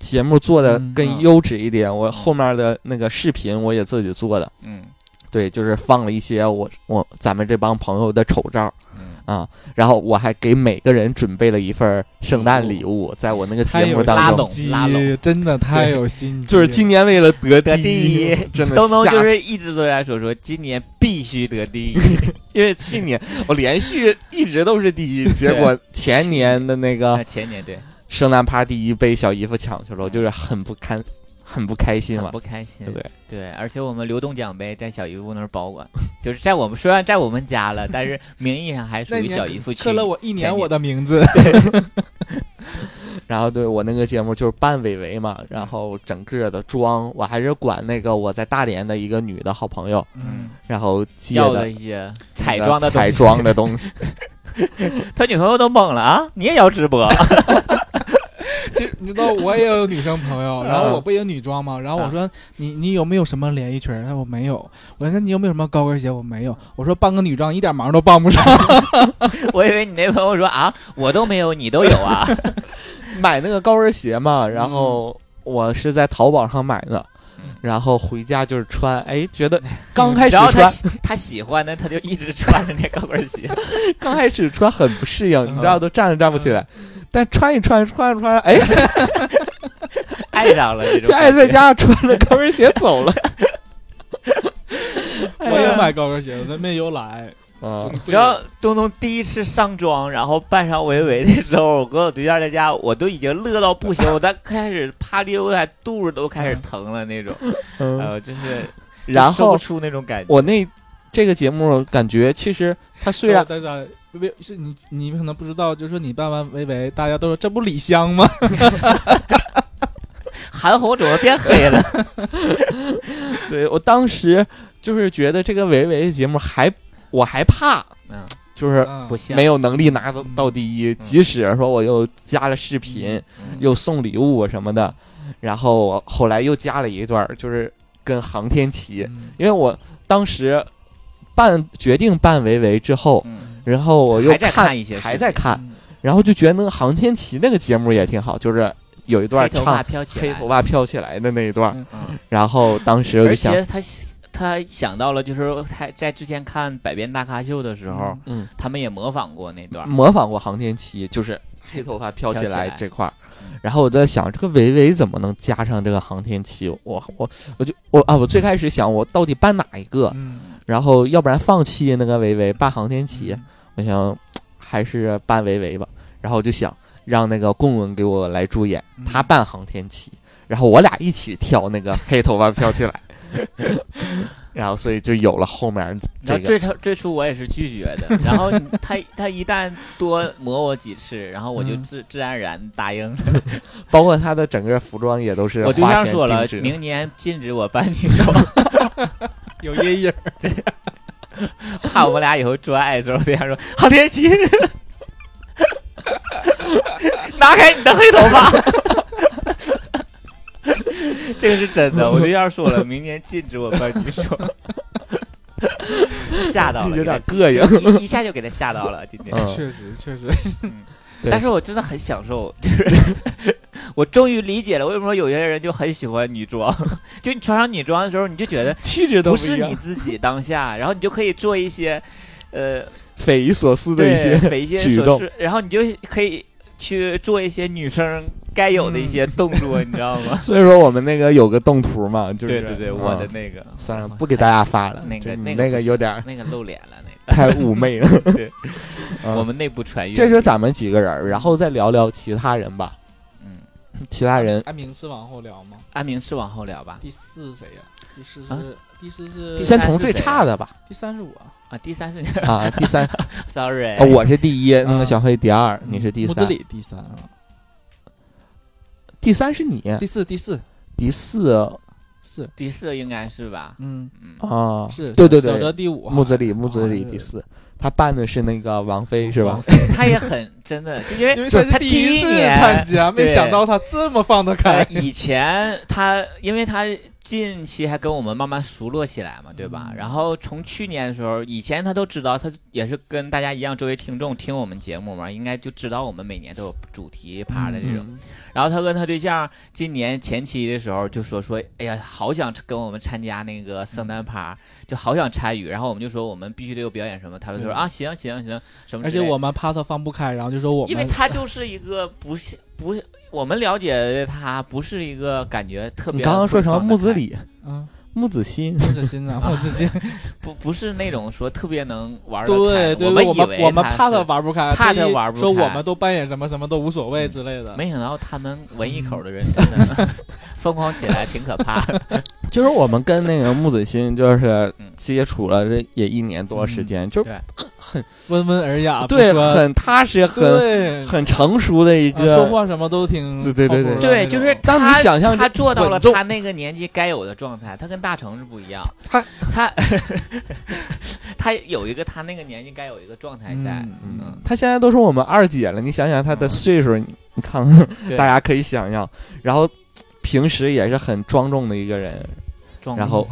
节目做的嗯更嗯优质一点，我后面的那个视频我也自己做的，嗯对，就是放了一些我我咱们这帮朋友的丑照，嗯，啊，然后我还给每个人准备了一份儿圣诞礼哦物，在我那个太节目有当拉中拢，心机拉拢真的太有心 机就了，是今年为了得得第第一一，真的东东下就是一直都在说说今年必须得第 一， 因为去 年我连续一直都是第一，结果前年的那个啊前年对，圣诞趴第一被小姨夫抢去了，我就是很不堪，很不开心很嘛，不开心，对不对？对，而且我们流动奖杯在小姨夫那儿保管，就是在我们虽然在我们家了，但是名义上还属那于年小姨夫区刻。了我一前年年我的名字，然后对我那个节目就是半尾维嘛，然后整个的妆我还是管那个我在大连的一个女的好朋友，嗯，然后借要的的一些彩妆的东西彩妆的 东西，他女朋友都懵了啊！你也要直 播？就你知道我也有女生朋友，然后我不也有女装吗？然后我啊说你你有没有什么连衣裙儿？他说我没有。我说那你有没有什么高跟鞋？我没有。我说帮个女装一点忙都帮不上。 我以为你那朋友说啊，我都没有，你都有啊。买那个高跟鞋嘛，然嗯后我是在淘宝上买的。然后回家就是穿，哎，觉 得刚 开始然后他穿，喜他喜欢的，他就一直穿着那高跟鞋。刚开始穿很不适应，嗯你知道都站都站不起来，嗯但穿一穿，穿着穿着，哎，爱上了这 种这感爱觉。在家穿着高跟鞋 走了。我也买高跟鞋，但没有来。啊，你知道东东第一次上妆，然后扮上维维的时候，我跟我对象在家，我都已经乐到不行，我都开始趴溜达，肚子都开始疼了那种。嗯，呃， 就是然就收不后出那种感觉。我那这个节目感觉其实它虽哦然大家没有是你你们可能不知道，就是说你扮完维维，大家都说这不李湘吗？韩红怎么变黑了？对我当时就是觉得这个维维的节目还我还怕，嗯，就是啊 不像没有能力拿到嗯到第一，即使说我又加了视频，嗯又送礼物什么的，然后我后来又加了一段儿，就是跟航天旗，嗯因为我当时办决定办维维之后，嗯然后我又还在看一些视频还在看，嗯然后就觉得那个航天旗那个节目也挺好，就是有一段黑头发唱飘起黑来头，发飘起来的那一段，嗯嗯然后当时我就而想，且他他想到了，就是他在之前看《百变大咖秀》的时候，嗯，他们也模仿过那段。模仿过航天旗，就是黑头发飘飘起起来来这块儿嗯。然后我在想，这个维维怎么能加上这个航天旗？我我我就我啊！我最开始想，我到底办哪一个？嗯然后要不然放弃那个维维，办航天旗。嗯我想还是办维维吧，然后我就想让那个棍棍给我来助演，嗯他扮航天旗，然后我俩一起跳那个黑头发飘起 来，然后所以就有了后面然这后个。最初最初我也是拒绝的，然后他他一旦多磨我几次，然后我就嗯自自然而然答应了。包括他的整个服装也都是我对花象钱说了定，制明年禁止我扮女装，有阴影儿。怕我们俩以后做爱的时候，对象说航天旗，拿开你的黑头发。这个是真的，我对象说了，明年禁止我扮女装，吓到了，有点膈应。应，一一下就给他吓到了。今天，嗯确实确实，对但是我真的很享受，就是 我终于理解了为什么有些人就很喜欢女装，就你穿上女装的时候，你就觉得气质都不一是样你自己当下，然后你就可以做一些，呃， 匪夷所思的对一些，匪夷所举动？思，然后你就可以去做一些女生该有的一些动作，你知道吗所以说我们那个有个动图嘛，就 对是对对，我的嗯那个算了，不给大家发了，那就个那你那个不行有点儿那个露脸了，那太妩媚了。 对 嗯，个我们内部传阅，这是咱们几个人儿，然后再聊聊其他人吧。嗯， 其他人按名次往后聊吗？安明是往后聊吧第四谁呀？第四啊是第四呃是啊第先三从是最谁差的 吧。第三是我，啊，第三是 啊，第三， sorry，啊我是第一，那个哎啊小黑第二，你是第木子三，李第三啊，第三是你，第四第四第四是第四应该是吧？嗯哦嗯，啊，是对对小对哲，第五，啊木子李，木子李好像是第四，他办的是那个王菲是吧？他也很真的，就因因为为他是他第一次年参 加，没对想到他这么放得呃开，以前他因为他近期还跟我们慢慢熟络起来嘛，对嗯吧？然后从去年的时候，以前他都知道，他也是跟大家一样，作为听众听我们节目嘛，应该就知道我们每年都有主题趴的这嗯种。然后他跟他对象今年前期的时候就说说，哎呀，好想跟我们参加那个圣诞趴，就好想参与。然后我们就说我们必须得有表演什么，他就说说啊，行行行，什么而之且类的？我们怕他放不开，然后就说我们因为他就是一个不是不是我们了解的他不是一个感觉特别你刚刚说会什么放得木子开李、啊，木子 心？我自信呢，我自信。不不是那种说特别能玩得开对对，我对以我为们我们他怕他是，玩不开，怕他所以玩不说开嗯我们都扮演什么什么都无所谓之类的。没想到他们文艺口的人真的 疯狂起来挺可怕的。就是我们跟那个木子心就是嗯接触了这也一年多时间，就是温文尔雅，嗯啊不对说很踏实、很对，很成熟的一啊个。说话什么都挺对对对靠谱的对，那种就是当他你想象他中做到了稳重他那个年纪该有的状态，他跟大成是不一样。他他他有一个他那个年纪该有一个状态在。嗯嗯，他现在都是我们二姐了，你想想她的嗯岁数，你你看看， 对大家可以想象。然后平时也是很庄重的一 个人，状态然后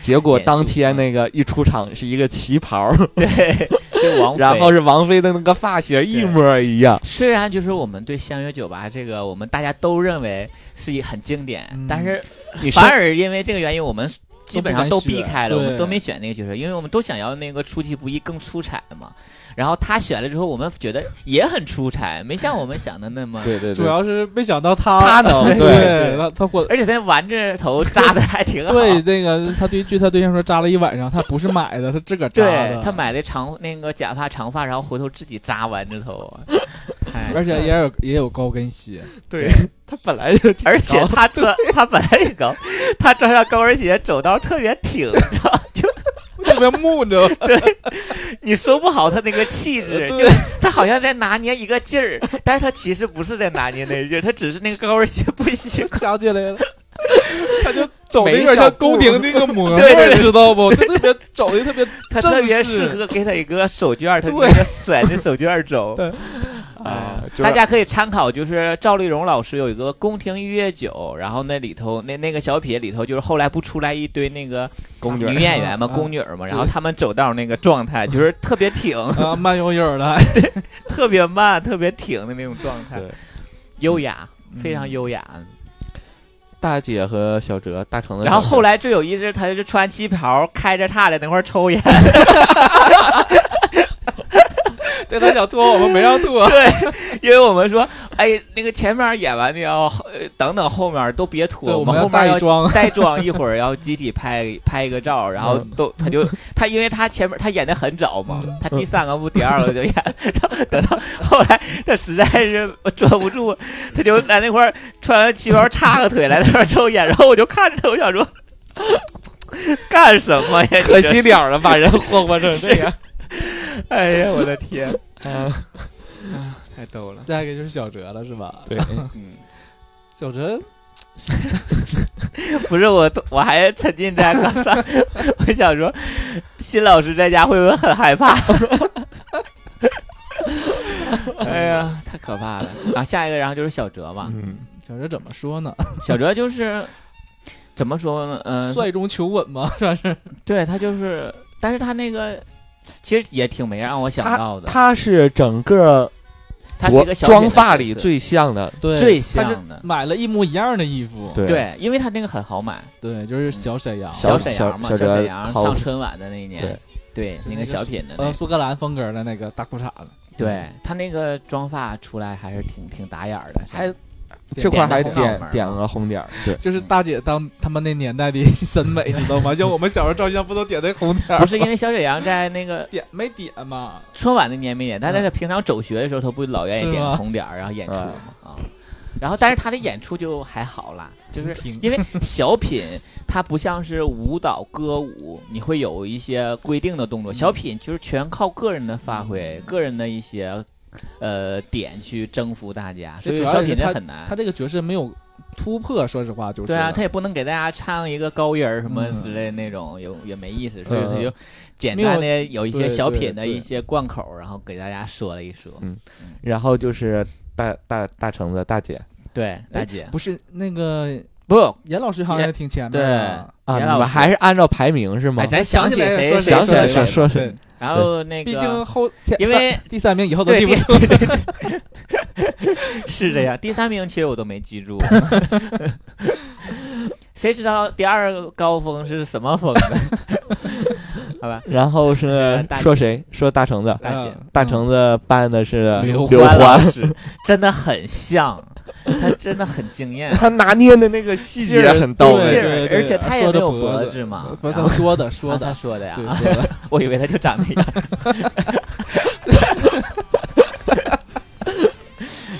结果严肃当天那个一出场是一个旗袍，对，就王菲然后是王菲的那个发型一模一样。虽然就是我们对相约酒吧这个，我们大家都认为是一很经典，嗯但是你反是而因为这个原因，我们基本上都避开了，都不敢选我们都没选那个角色，因为我们都想要那个出其不意、更出彩嘛。然后他选了之后，我们觉得也很出彩，没像我们想的那么。对对主对，要是没想到他他能 对对他他火。而且他丸子头扎的还挺好，对，那个他对据他对象说扎了一晚上，他不是买的，他自个儿扎对的。他，买的长那个假发长发，然后回头自己扎丸子头，哎而且也有也有高跟鞋，对，他本来就挺 而且高他穿他本来也高，他穿上高跟鞋走道特别挺，你知道吗就特别木 着。你说不好他那个气呃质，就他好像在拿捏一个劲儿， 但是他其实不是在拿捏那个劲儿，他只是那个高跟鞋不行。想起 来了，他就走的没有点小像步宫廷那个模对对特，知道不？就特别走的特别 他特别正适式。合给他一个手绢儿，他对那个甩着手绢儿走。 对啊，就是大家可以参考，就是赵丽蓉老师有一个宫廷御乐酒，然后那里头那那个小品里头，就是后来不出来一堆那个宫女女儿演员嘛，啊宫女儿嘛，是然后他们走道那个状态，就是特别挺，啊，慢悠悠的，特别慢，特别挺的那种状态对，优雅，非常嗯优雅。大姐和小哲、大成的小哲，然后后来最有意思，他就穿旗袍，开着叉在那块儿抽烟， 对他想脱，我们没让 脱。因为我们说，哎，那个前面演完的要呃等等，后面都别对拖，我们们后要面带妆 带妆，一会儿要集体拍拍一个照，然后嗯都他就他，因为他前面他演的很早嘛嗯，他第三个不第二个就演，然后等到后来他实在是坐不住，他就在那块儿穿完旗袍插个腿来那块儿抽烟，然后我就看着他，我想说。 干什么呀？可你这惜了了，把人霍霍成这 样。 哎呀，我的天，嗯太逗了。再一个就是小哲了，是吧？ 对，嗯，小哲不是我，我还沉浸在刚才， 我想说，新老师在家会不会很害怕？ 哎呀，太可怕了啊！下一个，然后就是小哲嘛，嗯，小哲怎么说呢？小哲就是怎么说呢？嗯、率中求稳嘛，算是。对他就是，但是他那个其实也挺没让我想到的，他是整个他是着一个小妆品的发角里色最像的，对最他是像的买了一模一样的衣服。对对，因为他那个很好买，对，就是小沈阳，小沈小阳嘛，小小哲沈阳淘上春晚的那一年，对那个小品的那呃个。苏格兰风格的那个大裤衩子，对他那个妆发出来还是挺挺打眼儿的，还点这块还点个红脑门点儿点个红点儿，对，就是大姐当他们那年代的审美，知道吗？像我们小时候照相不都点那红点儿吗？不是因为小沈阳在那个点没点嘛？春晚那年没演，但是他平常走学的时候，他不老愿意嗯是吗点红点儿，然后演出嘛啊。然后，但是他的演出就还好啦，就是挺因为小品它不像是舞蹈歌舞，你会有一些规定的动嗯作，小品就是全靠个人的发挥，个人的一些呃点去征服大家，所这以主要小品是真他的很难他。这个角色没有突破，说实话就是哎对啊，了他也不能给大家唱一个高音儿什么嗯之类那种，有也没意思，所以他嗯就简没有单的有一些对小对品的对一些贯口，然后给大家说了一说。然后就是大大大橙子大姐对，大姐不是那个不，严老师好像也挺前面的，啊，严你老们师还是按照排名是吗哎，？咱想起起来谁说谁想起来谁谁，说说对谁？然后那毕个竟后前因为三第三名以后都对记不住。第 是这样，第三名其实我都没记住，谁知道第二高峰是什么峰呢？好吧，然后是呃大说谁？说大橙子，大姐嗯大橙子扮的是刘刘欢老 欢，师真的很像，他真的很惊艳， 他拿捏的那个细劲节儿很到对劲位。儿，对而且他也没说着有脖脖子子嘛，不，然他后说的说啊 的他，说的呀对，说的，我以为他就长那样。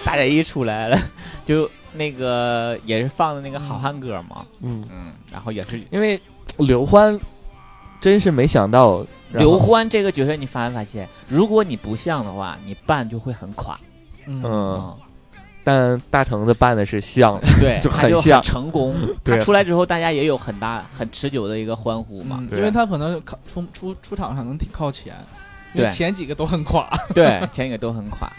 大姐一出来了，就那个也是放的那个好汉歌嘛，嗯，嗯，然后也是因为刘欢真是没想到然后刘欢这个角色，你发没发现？如果你不像的话，你扮就会很垮。嗯，嗯，但大橙子扮的 是像，对， 就他很就像成功。他 对出来之后，大家也有很大、很持久的一个欢呼嘛。嗯对因为他可能靠出出出场上能挺靠前，因为对前几个都很垮，对，前几个都很垮。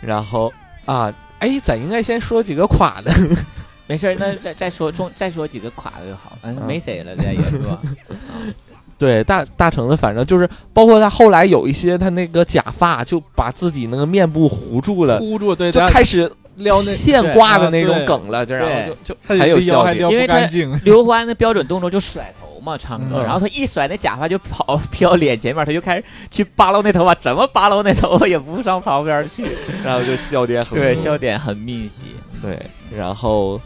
然后啊，哎，咱应该先说几个 垮的，没事儿，那再再说中再说几个垮的就好了。嗯，嗯没谁了，这也是吧？对，大大橙子反正就是，包括他后来有一些他那个假发就把自己那个面部糊住了，箍住对，就啊大家开始撩那 现挂的对那啊种对梗了，这然后对就就他还有撩笑还点。撩因不为他干净， 刘欢的标准动作就甩头嘛，唱歌，嗯然后他一甩那假发就跑飘脸前面，他就开始去扒拉那头发，怎么扒拉那头发也不上旁边去，嗯然后就笑点很对，足笑点很密集。对，然后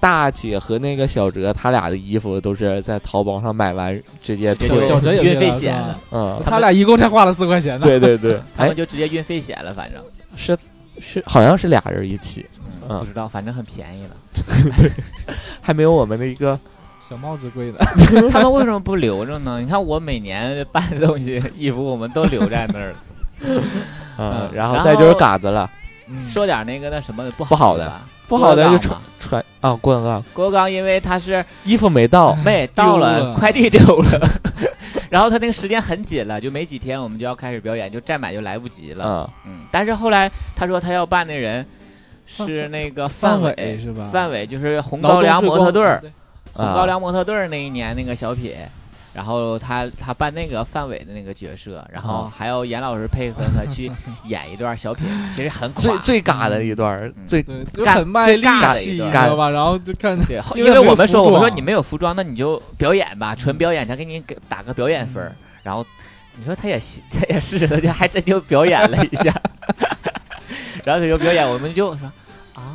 大姐和那个小哲他俩的衣服都是在淘宝上买完直接退这，就小哲也运没费来险是吧了，嗯，他俩一共才花了四块钱呢，对对对，他哎们就直接运费险了，反正。是是好像是俩人一起，嗯，嗯不知道，反正很便 宜了。还没有我们的一个小帽子贵的，他们为什么不留着呢？你看我每年办的东西衣服，我们都留在那儿了。嗯嗯，然然后再就是后嘎子了，说点那个那什么的嗯不不好的的吧，不好的郭就刚传嘛传啊，郭德纲郭刚，因为他是衣服没到，没到嗯丢了，了快递丢了，然后他那个时间很紧了，就没几天我们就要开始表演，就再买就来不及了。嗯，嗯，但是后来他说他要办那人是那个范范伟是吧范伟就是红劳高动嗯粱最模光特队儿，红啊高粱模特队儿那一年那个小品，然后他他扮那个范伟的那个角色，然后哦啊还有严老师配合他去 演一段小品，其实很垮。最最嘎的一段儿嗯最对，就干很卖最力尬的气，一你段知道吧？然后就看对，因因为为没有我们服说我们说装你没有服装，那你就表演吧，纯表演，咱给你给打个表演分嗯儿。然后你说他也信 他也是，他就还真就表演了一下， 然后他就表演，我们就说啊，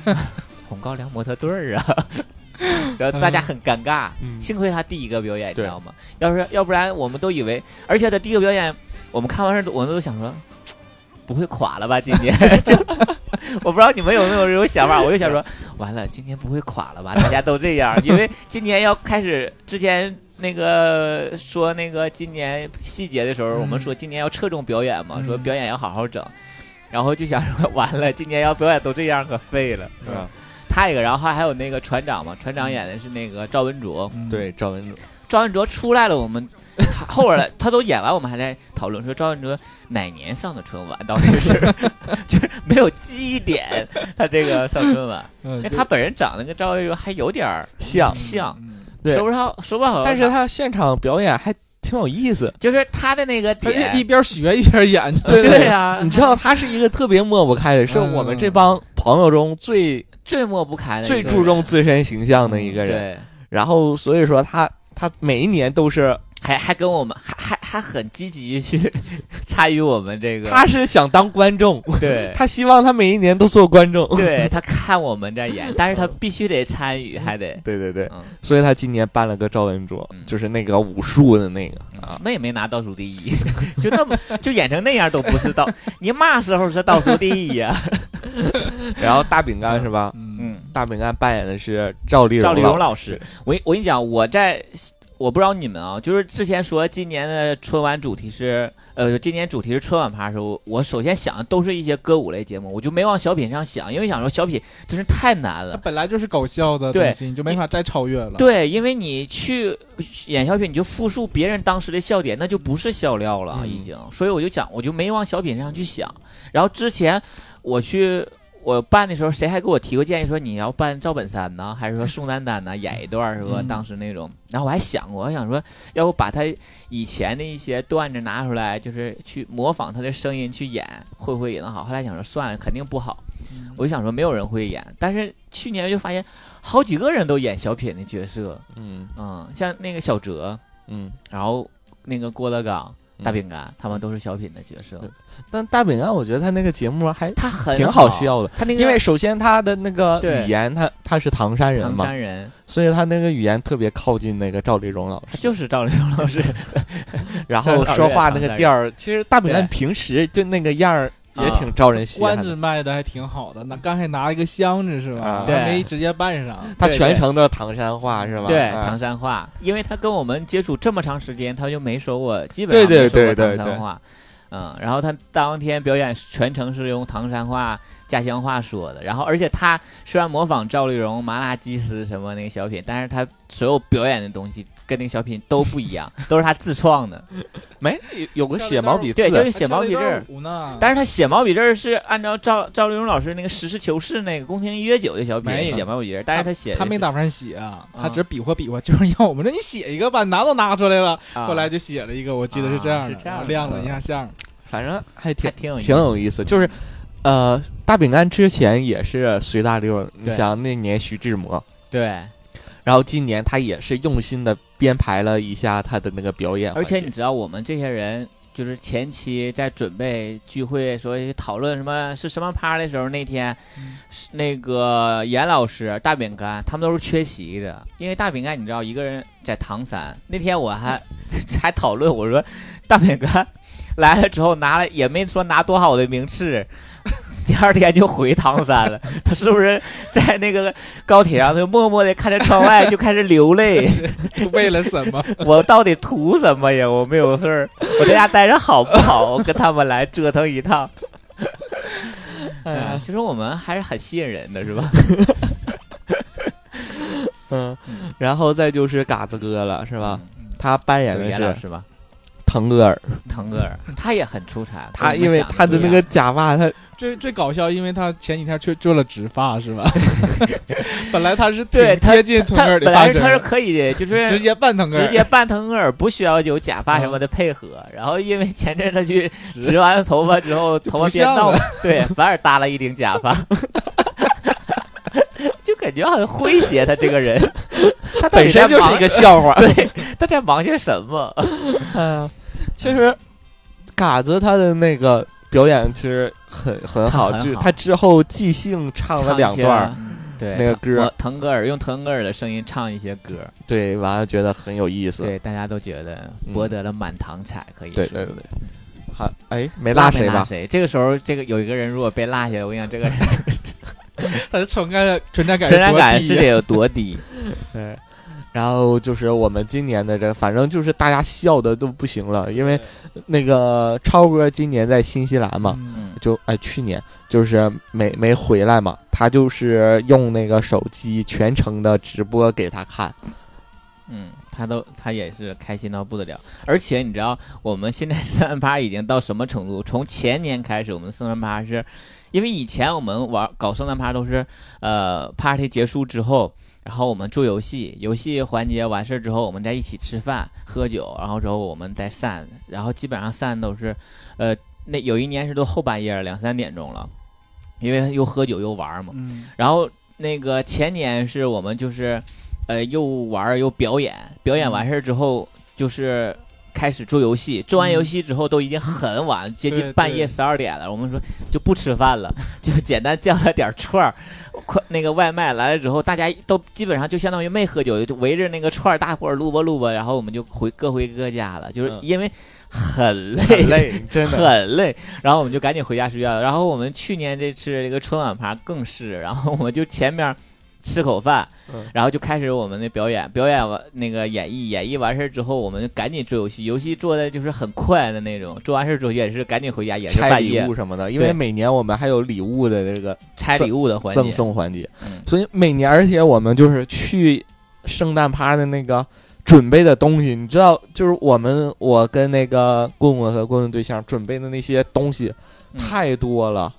红高粱模特队儿啊， 然后大家很尴尬。嗯幸亏他第一个表演，你知对道吗？要是要不然我们都以为，而且他第一个表演，我们看完事儿，我们都想说，不会垮了吧？今年 就我不知道你们有没有这种想法，我就想说， 完了，今年不会垮了吧？大家都这样，因为今年要开始之前那个说那个今年细节的时候，我们说今年要侧重表演嘛，嗯说表演要好好整，然后就想说， 完了，今年要表演都这样可废了。是吧他一个，然后还还有那个船长嘛，船长演的是那个赵文卓，嗯对赵文卓赵文卓出来了，我们他后边儿他都演完，我们还在讨论说赵文卓哪年上的春晚，到底是 就是没有记忆点，他这个上春晚，嗯，因为嗯，哎他本人长得跟赵文卓还有点儿像，像，嗯，对说不上说不好，但是他现场表演还挺有意思，就是他的那个他是一点，边学一边演，对对啊呀、你知道他是一个特别抹不开的，是嗯我们这帮朋友中最最抹不开的一个最人，注重自身形象的一个人。哎嗯对，然后所以说他他每一年都是，还还跟我们还还还很积极去 参与我们这个，他是想当观众，对。 他希望他每一年都做观众。对他看我们在演，但是他必须得参与，还得 对对对，嗯所以他今年办了个赵文卓，嗯就是那个武术 的那个嗯啊，那也没拿倒数第一， 就那么就演成那样都不是倒，你嘛时候是倒数第一呀、然后大饼干是吧？嗯，嗯，大饼干扮演的是赵丽蓉，赵丽蓉老师，我我跟你讲，我在我不知道你们啊，就是之前说今年的春晚主题是呃，今年主题是春晚趴的时候，我首先想的都是一些歌舞类节目，我就没往小品上想，因为想说小品真是太难他了。本来就是搞笑的对东西，你就没法再超越了。对，因为你去演小品，你就复述别人当时的笑点，那就不是笑料了，嗯已经。所以我就讲，我就没往小品上去想。然后之前我去我办的时候，谁还给我提过建议，说你要办赵本山呢，还是说宋丹丹呢，演一段儿是吧？嗯当时那种。然后我还想过，我还想说，要不把他以前的一些段子拿出来，就是去模仿他的声音去演，会不会也能好？后来想说，算了，肯定不好。嗯，我就想说没有人会演，但是去年就发现好几个人都演小品的角色，嗯嗯，像那个小哲，嗯，然后那个郭德纲、嗯大饼干，他们都是小品的角色对，但大饼干，我觉得他那个节目还他很挺好好，笑的，他那个因为首先他的那个对语言，他他是唐山人唐嘛，山人，所以他那个语言特别靠近那个赵丽蓉老 他师，就是赵丽蓉老师，然后说话那个调儿，其实大饼干平时就那个样儿也挺招人稀关罕的子。卖的还挺好的，那刚才拿一个箱子是吧啊？对没直接拌上。他全程的唐山话是吧？对啊唐山话，因为他跟我们接触这么长时间，他就没说过，基本上对没说对过对唐对山话。嗯，然后他当天表演全程是用唐山话、家乡话说的，然后而且他虽然模仿赵丽蓉麻辣鸡丝什么那个小品，但是他所有表演的东西跟那个小品都不一样，都是他自创的，没有有个写毛笔字对，，就是写毛笔字还跳了儿一段。舞呢，但是他写毛笔字儿是按照赵赵丽蓉老师那个实事求是那个宫廷约酒的小没品有写毛笔字儿，但是他写的他没是打算写啊，啊他只比划比 划，就是要我们说你写一个吧，拿都拿出来了，啊后来就写了一个，我记得是这啊样是的，这样然后的亮了一下相， 反正还还挺挺有意思挺有意思。就是，呃，大饼干之前也是随大溜儿，你对想那年徐志摩，对。然后今年他也是用心的编排了一下他的那个表演环而且节，你知道，我们这些人就是前期在准备聚会，说讨论什么是什么趴的时候，那天、是那个严老师、大饼干他们都是缺席的，因为大饼干你知道一个人在唐山。那天我 还还讨论，我说大饼干来了之后拿了也没说拿多好的名次。 第二天就回唐山了，他是不是在那个高铁上就默默的看着窗外就开始流泪？就为了什么？ 我到底图什么呀？我没有事儿，我在家待着好不 好？我跟他们来折腾一趟。哎呀，其实我们还是很吸引人的，是 吧？嗯，然后再就是嘎子哥了，是吧？嗯，他扮演就严老的是师吧，腾格尔，腾格尔，他也很出彩。跟他我因们为想他的不那一个样假 发，他最最搞笑，因为他前几天去做了植发，是吧？本来他是挺对他贴近腾他格尔的本发来是型他，是可以，就是直接扮腾格尔，直接扮腾格尔，不需要有假发什么的配 合。然后因为前阵他去植完头发之后，头发变像闹了， 对，反而搭了一顶假发， 就感觉很诙谐。他这个 人，他到底本身在就是忙一个 笑话。 对，他在忙些什么？嗯，其实嘎子他的那个表演其实很很好，他很就是好他之后即兴 唱了两段儿，唱一些，嗯对那个歌我腾格尔用腾格尔的声音唱一些歌，对，完了觉得很有意思。对，大家都觉得嗯博得了满堂彩，可以对说对对，好，哎，没拉拉没谁拉吧？谁？这个时候，这个有一个人如果被落下来，我跟你讲，这 个人他的存在存在感存在感多是低得有多低？对。然后就是我们今年的这，反正就是大家笑的都不行了，因为那个超哥今年在新西兰嘛，嗯嗯，就哎去年就是没没回来嘛，他就是用那个手机全程的直播给他看，嗯，他都他也是开心到不得了，而且你知道我们现在三八已经到什么程度？从前年开始，我们圣诞趴是，因为以前我们玩搞圣诞趴都是，呃，party 结束之后，然后我们做游戏，游戏环节完事儿之后，我们在一起吃饭喝酒，然后之后我们再散，然后基本上散都是，呃，那有一年是都后半夜了两三点钟了，因为又喝酒又玩儿嘛，嗯，然后那个前年是我们就是，呃，又玩儿又表演，表演完事儿之后就是开始做游戏，做完游戏之后都已经很晚，接近嗯对半夜对十二点了。我们说就不吃饭了，就简单叫了点儿串儿，快那个外卖来了之后，大家都基本上就相当于没喝酒，就围着那个串儿，大伙儿撸吧撸吧，然后我们就回各回各家了，就是嗯因为很累， 很累，真的很累，然后我们就赶紧回家睡觉了。然后我们去年这次这个春晚趴更是，然后我们就前面吃口饭，嗯然后就开始我们的表演，表演完那个演绎，演绎完事儿之后，我们就赶紧做游戏，游戏做的就是很快的那种，做完事儿之后也是赶紧回家，也是拆半礼夜物什么的，因为对每年我们还有礼物的这个拆礼物的环赠节。送环节，嗯所以每年而且我们就是去圣诞趴的那个准备的东西，你知道，就是我们我跟那个棍棍和棍棍对象准备的那些东西嗯太多了，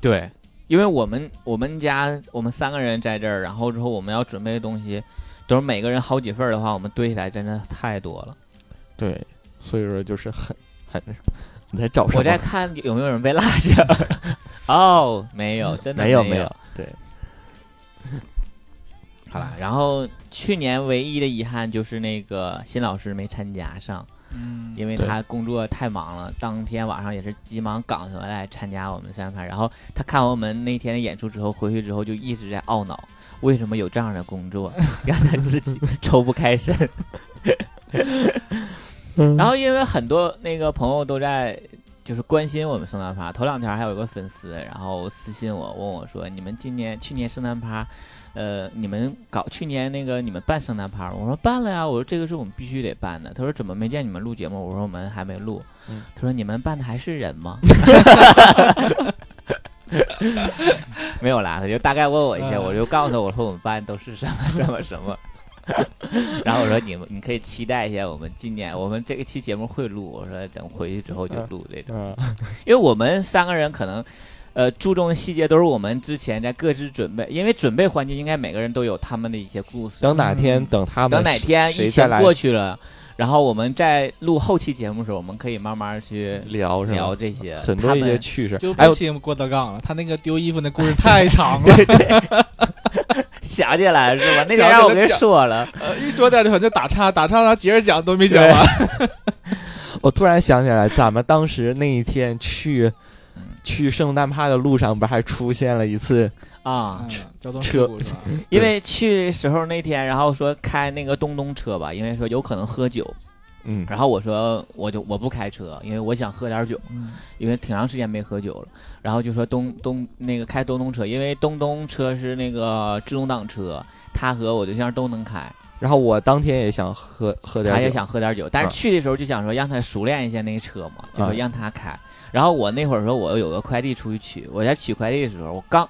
对，因为我们我们家我们三个人在这儿，然后之后我们要准备的东西，都是每个人好几份儿的话，我们堆起来真的太多了。对，所以说就是很很。你在找什么？我在看有没有人被落下。 哦，没有，真的没有没有，对，好吧，嗯然后去年唯一的遗憾就是那个新老师没参加上，嗯，因为他工作太忙了，当天晚上也是急忙赶回来参加我们三盘。然后他看完我们那天的演出之后，回去之后就一直在懊恼，为什么有这样的工 作，让他自己抽不开 身。然后因为很多那个朋友都在就是关心我们圣诞趴，头两天还有一个粉丝，然后私信我问我说：“你们今年去年圣诞趴，呃，你们搞去年那个你们办圣诞趴吗？”我说：“办了呀。”我说：“这个是我们必须得办的。”他说：“怎么没见你们录节目？”我说：“我们还没录。嗯他说：“你们办的还是人 吗？”没有啦，他就大概问我一下，嗯我就告诉他我说我们办的都是什么什么什么。 然后我说你们，你可以期待一下我们今年，我们这一期节目会录。我说等回去之后就录这种，嗯，因为我们三个人可能，呃，注重的细节都是我们之前在各自准备，因为准备环节应该每个人都有他们的一些故事。等哪天等他们嗯等哪天谁疫再情来过去了，然后我们在录后期节目的时候，我们可以慢慢去聊是吧聊这些嗯很多一他些们趣事就。哎不呦，听郭德纲了，他那个丢衣服那故事太长了，想起来是 吧？那想起天来让我给讲说了，呃一说点就反正打岔，打岔他接着讲都没讲完。我突然想起来，咱们当时那一天去嗯去圣诞趴的路上，不是还出现了一次啊、嗯交通事故是吧？因为去时候那天，然后说开那个东东车吧，因为说有可能喝酒，嗯然后我说我就我不开车，因为我想喝点酒，嗯因为挺长时间没喝酒了。然后就说东东那个开东东车，因为东东车是那个自动挡车，他和我对象都能开，然后我当天也想喝喝点，他也，想喝点酒，但是啊去的时候就想说让他熟练一下那个车嘛，就啊说让他开。然后我那会儿说我有个快递出去取，我在取快递的时候，我刚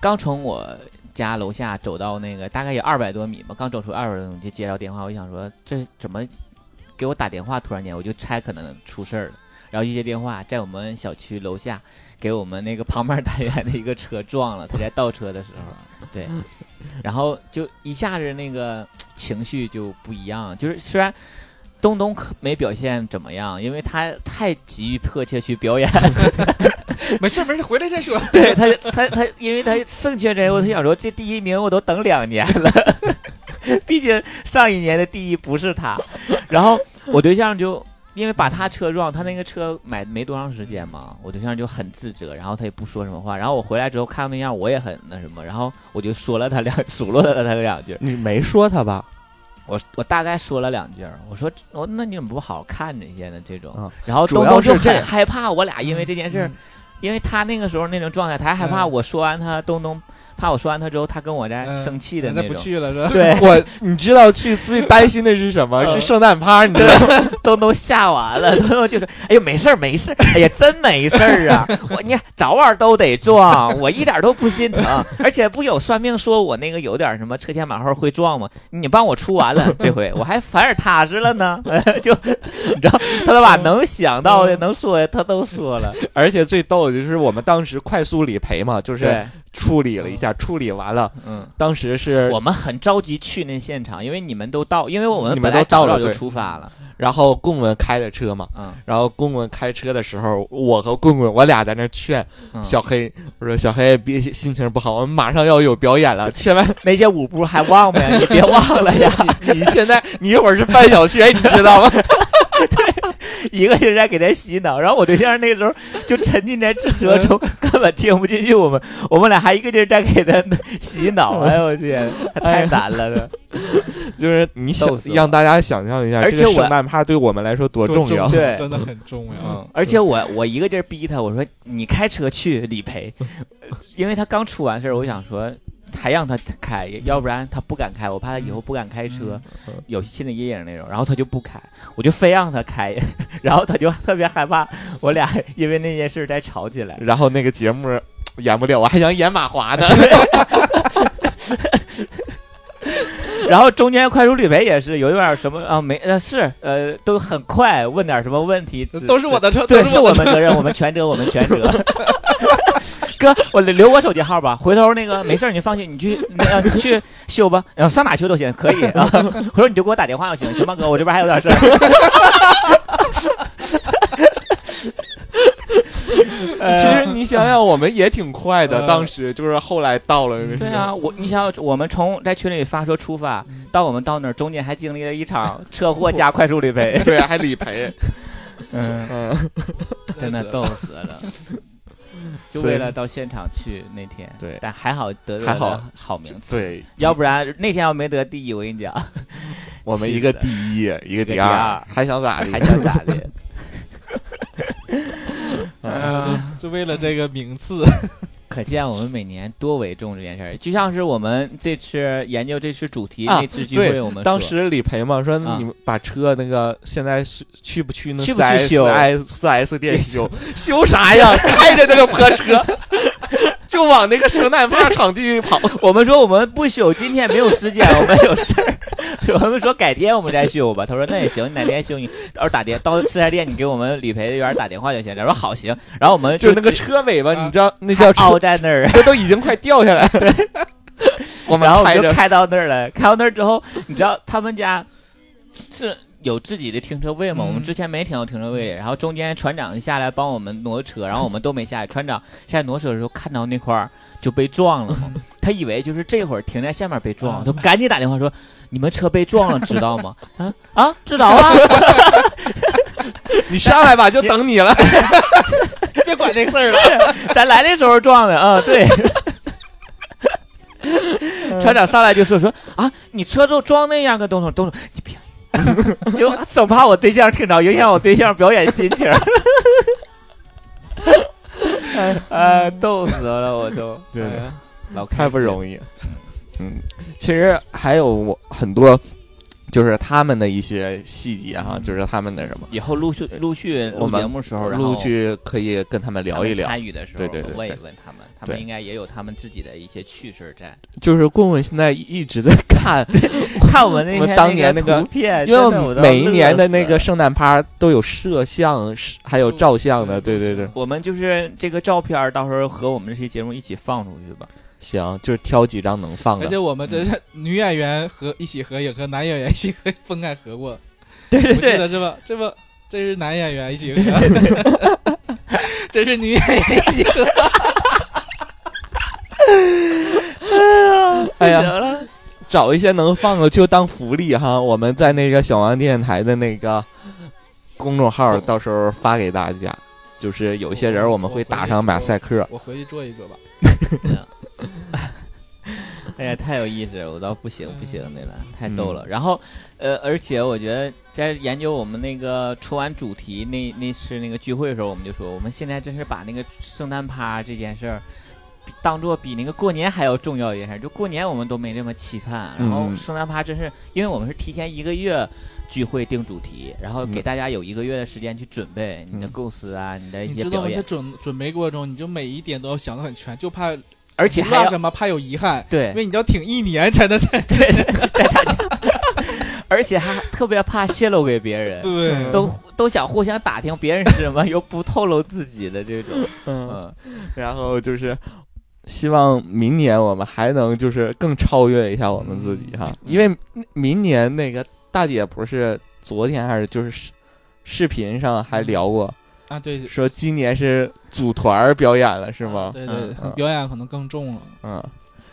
刚从我家楼下走到那个大概有二百多米吧，刚走出二百多米就接到电话，我想说这怎么给我打电话？突然间我就猜可能出事儿了。然后一接电话，在我们小区楼下给我们那个旁边单元的一个车撞了，他在倒车的时候，对，然后就一下子那个情绪就不一样，就是虽然东东可没表现怎么样，因为他太急于迫切去表演， 没事没事，回来再说。对他他他，因为他胜券在握，他想说这第一名我都等两年了， 毕竟上一年的第一不是他，然后我对象就。因为把他车撞，他那个车买没多长时间嘛，我对象就很自责，然后他也不说什么话。然后我回来之后看到那样，我也很那什么，然后我就说了他两，数落了他两句，你没说他吧？我我大概说了两句儿，我说我那你怎么不好好看着一些呢？这种，啊然后主东要东是就这很样，害怕我俩因为这件事儿，因为他那个时候那种状态，他还害怕嗯我说完他东东，怕我说完他之后他跟我在嗯生气的那那不种。去了是吧？对我，你知道去最担心的是什么？嗯是圣诞趴，你知道吗？ 东东吓完了， 东东就说：“哎呦，没事儿，没事儿，哎呀，真没事儿啊！我你看早晚都得撞，我一点都不心疼。而且不有算命说我那个有点什么车前马后会撞吗？你帮我出完了，这回我还反而踏实了呢。 就你知道，他都把能想到的、能说的他都说了，而且最逗的就是我们当时快速理赔嘛，就是对，处理了一下，处理完了，嗯。”当时是我们很着急去那现场，因为你们都到，因为我你们们本都来到早早了就对出发了，然后棍棍开的车嘛，嗯然后棍棍开车的时候，我和棍棍我俩在那劝嗯小黑，我说小黑别心情不好，我们马上要有表演了，千万 那些舞步还忘没？你别忘了呀！你你现在你一会儿是范 晓萱，你知道吗？一个人在给他洗脑，然后我对象那时候就沉浸在自责中，根本听不进去我们， 我们俩还一个劲儿在给他洗脑， 哎呦我天，太难了这。就是你想逗死我让大家想象一下，而且这个我圣诞趴对我们来说多多重要。对真的很重要嗯。而且我我一个劲儿逼他，我说你开车去理赔， 因为他刚出完事儿，我想说还让他开，要不然他不敢开，我怕他以后不敢开车，有心理阴影那种。然后他就不开，我就非让他开， 然后他就特别害怕我俩因为那件事儿再吵起来。然后那个节目演不了，我还想演马华 呢。然后中间快速理赔也是有一点什么啊没呃是呃都很快问点什么问题，只都是我的车，对，都是我我的车们责任，我们全责，我们全 责。哥，我留留我手机号吧，回头那个没事儿，你放心，你去呃你去修吧，然后上哪修都行，可以啊。回头你就给我打电话就行，行吗，哥？我这边还有点 事儿。其实你想想，我们也挺快的，呃当时就是后来到了，，嗯对啊，我你想，我们从在群里发说出发，到我们到那儿，中间还经历了一场车祸加快速理赔 对，啊还 理赔，嗯，嗯，真的逗死了。 就为了到现场去那天，对但还好得到还好了好名次，，对要不然那天要没得第一，我跟你 讲，我们气一个死第一，一个第第二二，还想咋还的？想咋 的？嗯嗯 就为了这个名次，可见我们每年多为重这件事儿，就像是我们这次研究这次主题、啊那次聚对会，我们当说时理赔嘛，说啊你们把车那个现在是去不去那去四不去 S 修四 S 店修？修啥 呀？开着那个破车，就往那个生产炮场地跑。 我们说我们不修，今天没有时间，我们有事儿。 我们说改天我们再修吧。他说那也行，你哪天修你到时候打电到四 S 店，你给我们理赔员打电话就行。他说好行，然后我们 就那个车尾巴，啊你知道那叫凹车，在那儿，那都已经快掉下来了。 我们然后我开们就着，开到那儿了。开到那儿之后，你知道他们家是有自己的停车位吗？嗯我们之前没停到停车位里，然后中间船长下来帮我们挪车，然后我们都没下来。船长下来挪车的时候看到那块儿就被撞 了嘛，他以为就是这会儿停在下面被嗯撞了，他赶紧打电话说：“你们车被撞了，知道吗？” 啊啊，知道 啊。你上来吧，就等你了。 别管这个事儿了。 咱来的时候撞的 啊，对。船长上来就说说啊，你车都装那样个东西，东 西你别，就生怕我对象听着，影响我对象表演心情。哎，逗死我了，我都对对哎呀老太不易。容易。嗯，其实还有我很多，就是他们的一些细节哈，就是他们的什么， 以后陆续陆续嗯我录们节目时候，然后陆续可以跟他们聊一聊他们。参与的时候，对对对问一对问他们，他们对应该也有他们自己的一些趣事儿在。就是棍棍现在一直在 看，看我们那我天当年那个图片，因为真的我都每一年的乐死那了个圣诞趴都有摄像，是还有照相的。嗯对对对，我们就是这个照片儿，到时候和我们这期节目一起放出去吧。行，就是挑几张能放而的嗯且。我们这是 女演员合一起合影，和男演员一起合分开合 过，对对我记得是吧？这不，这是男演员一起合， 这是女演员一起合。 哎 呀，找一些能放的就当福利哈。我们在那个小王电台的那个公众号，到时候发给大家。就是有一些人我们会打上马赛克，我回去做一做吧。 哎呀，太有意思了，我倒不行不行的了，太逗嗯了。然后，呃，而且我觉得在研究我们那个出完主题那那次那个聚会的时候，我们就说，我们现在真是把那个圣诞趴这件事儿。比当做比那个过年还要重要一件事儿，就过年我们都没这么期盼，然后嗯圣诞趴真是，因为我们是提前一个月聚会定主题，然后给嗯大家有一个月的时间去准备你的嗯构思啊，你的一你些知道表吗？在演，准准备过程中，你就每一点都要想得很全，就怕而且还落要什么怕有遗憾，对因，为你要挺一年才能 在对， 在产地，而且还特别怕泄露给别 人，对都都想互相打听别人是什么，又不透露自己的这 种，嗯，嗯，然后就是希望明年我们还能就是更超越一下我们自己哈，因为明年那个大姐不是昨天还是就是视视频上还聊过，啊，对说今年是组团儿表演了是吗？对对嗯，表演可能更重了。嗯，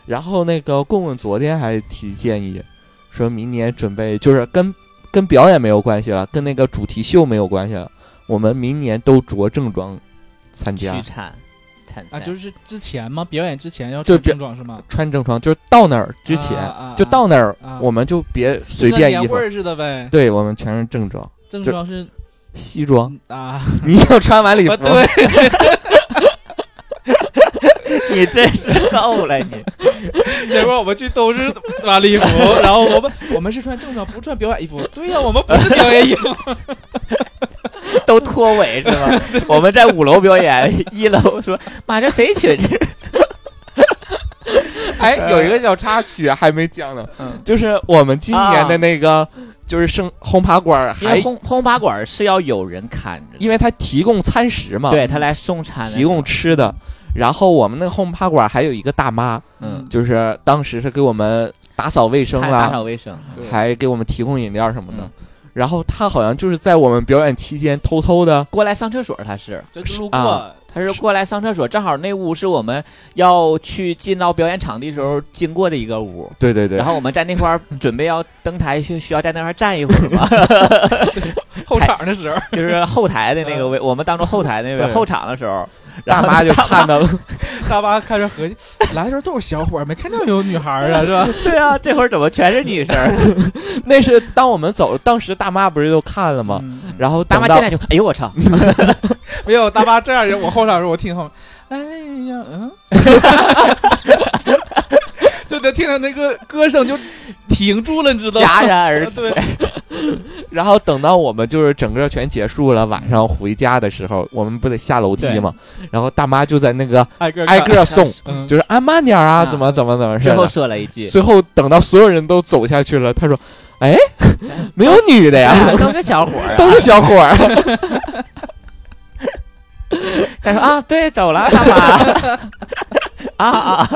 然后那个棍棍昨天还提建议，说明年准备就是跟跟表演没有关系了，跟那个主题秀没有关系了，我们明年都着正装参去加。产产菜啊，就是之前吗？表演之前要就穿表正装是吗？穿正装，就是到那儿之前，啊啊就到那儿，啊我们就别随就跟便衣年服会。儿似的呗。对我们全是正装，正这装是西装。啊， 你想穿晚礼服啊吗？对， 你真是够了你，结果我们去都是晚礼服，然后我们我们是穿正装，不穿表演衣服。对呀、我们不是表演 衣服，都脱尾是吧？我们在五楼表演，一楼说妈这谁群这是？ 哎，有一个小插曲还没讲呢，嗯就是我们今年的那个，就是生红扒馆儿因还为，烘烘扒馆是要有人看着的，因为他提供餐食嘛，对他来送餐的提供时吃的。然后我们那个烘扒馆儿还有一个大妈，候，嗯，就是当时是给我们打扫卫生看打啦，扫卫生，还给我们提供饮料什么的嗯。然后她好像就是在我们表演期间偷偷的过来上厕所他是，就路过、啊他是过来上厕所，正好那屋是我们要去进到表演场地时候经过的一个屋。对对对，然后我们在那块儿准备要登台，需需要在那块儿站一会儿嘛，后场的时候， 就是后台的那个位，我们当做后台那位对后场的时候，大妈就 看到了，大巴开始合计，来的时候都是小伙儿，没看到有女孩儿啊，是吧？对啊，这会儿怎么全是 女生？那是当我们走，当时大妈不是都看了吗？嗯然后大妈等进到来就，哎呦我 操！没有大巴这样人，我后场的时候我听后面，哎呀，嗯， 就得听到那个歌声就停住了，你知道吗？戛然而 止。对，然后等到我们就是整个全结束了，晚上回家的时嗯候，我们不得下楼梯吗？然后大妈就在那个挨个挨看，个送，嗯，就是按慢点儿啊，啊怎么怎么怎么最是后的。说了一句最后等到所有人都走下去了，他说：“ 哎，没有女的：“呀，啊 都是小伙儿啊都是小伙儿。”。”他说：“啊，对，走 了，大妈。”啊啊！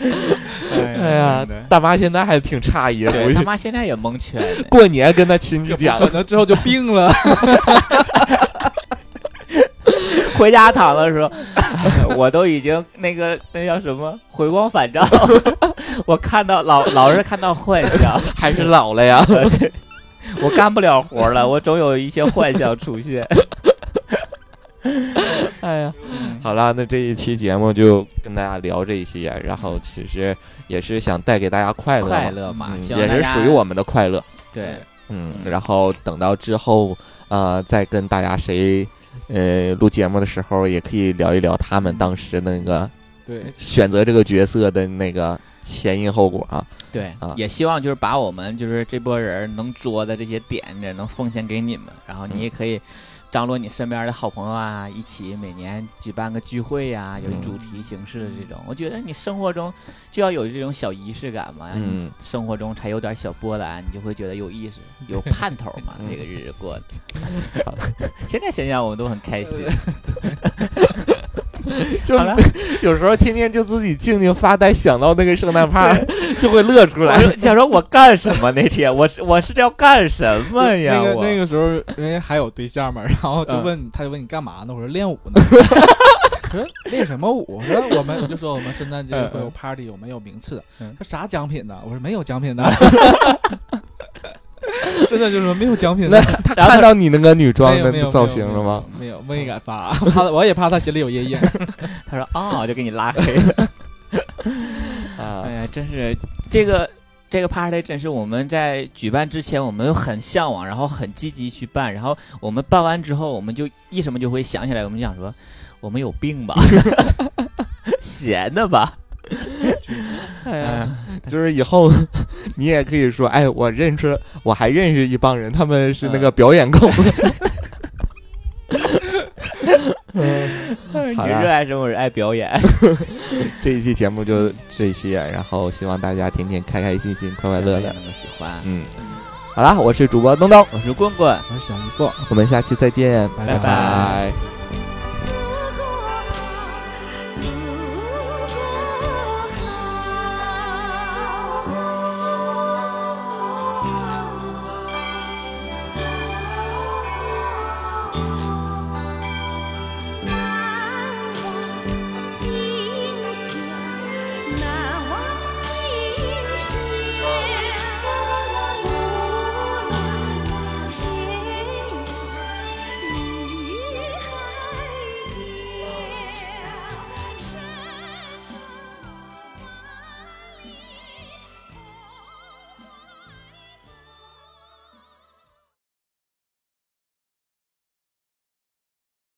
哎呀，大妈现在还挺诧异的，对回他去妈现在也蒙圈了。过年跟他亲戚 讲可，能之后就 病了，回家躺的 时候，哎我都已经那个那叫什么回光返照， 我看到老老是看到幻 象，还是老了呀。我干不了活了，我总有一些幻象出 现。哎呀， 好啦，那这一期节目就跟大家聊这一些，然后其实也是想带给大家快乐嘛，快乐嘛，嗯希望也大是家属于我们的快乐。对嗯，然后等到之后，呃，再跟大家谁，呃，录节目的时候，也可以聊一聊他们当时那个对，选择这个角色的那个前因后果啊。对啊，也希望就是把我们就是这波人能捉的这些点子能奉献给你们，然后嗯你也可以张罗你身边的好朋友啊，一起每年举办个聚会呀、有嗯主题形式的这种。我觉得你生活中就要有这种小仪式感嘛，嗯你生活中才有点小波澜，你就会觉得有意思、 有盼头嘛嗯，这个日子过的。 现在想想我们都很开心。 就好了，有时候天天就自己静静发呆，想到那个圣诞趴， 就会乐出我来。就想说我干什么那天，我是我是要干什么呀？那个我那个时候，人家还有对象嘛，然后就嗯问，他就问你干嘛呢？我说练舞呢。我说练什么舞？我说我们，我就说我们圣诞节会有 party，有没有名次的？嗯他说啥奖品呢？我说没有奖品的。真的就是说没有奖品那的，他然后看到你那个女装没有没有的造型了吗？？没有，没有没敢发，怕我也怕他心里有阴影。他说啊、就给你拉黑了。啊 哎，呀，真是这个这个 party 真是我们在举办之前，我们很向往，然后很积极去办，然后我们办完之后，我们就一什么就会想起来，我们就想说我们有病吧， 闲的吧。哎呀，就是以后 你也可以说，哎，我认识，我还认识一帮人，他们是那个表演 控。嗯你好热了，爱生活，爱表演，这一期节目就这些，然后希望大家天天开开心心、快快乐乐。能够喜欢。嗯，好啦，我是主播东东，我是棍棍。我是小一过，我们下期再见，拜拜拜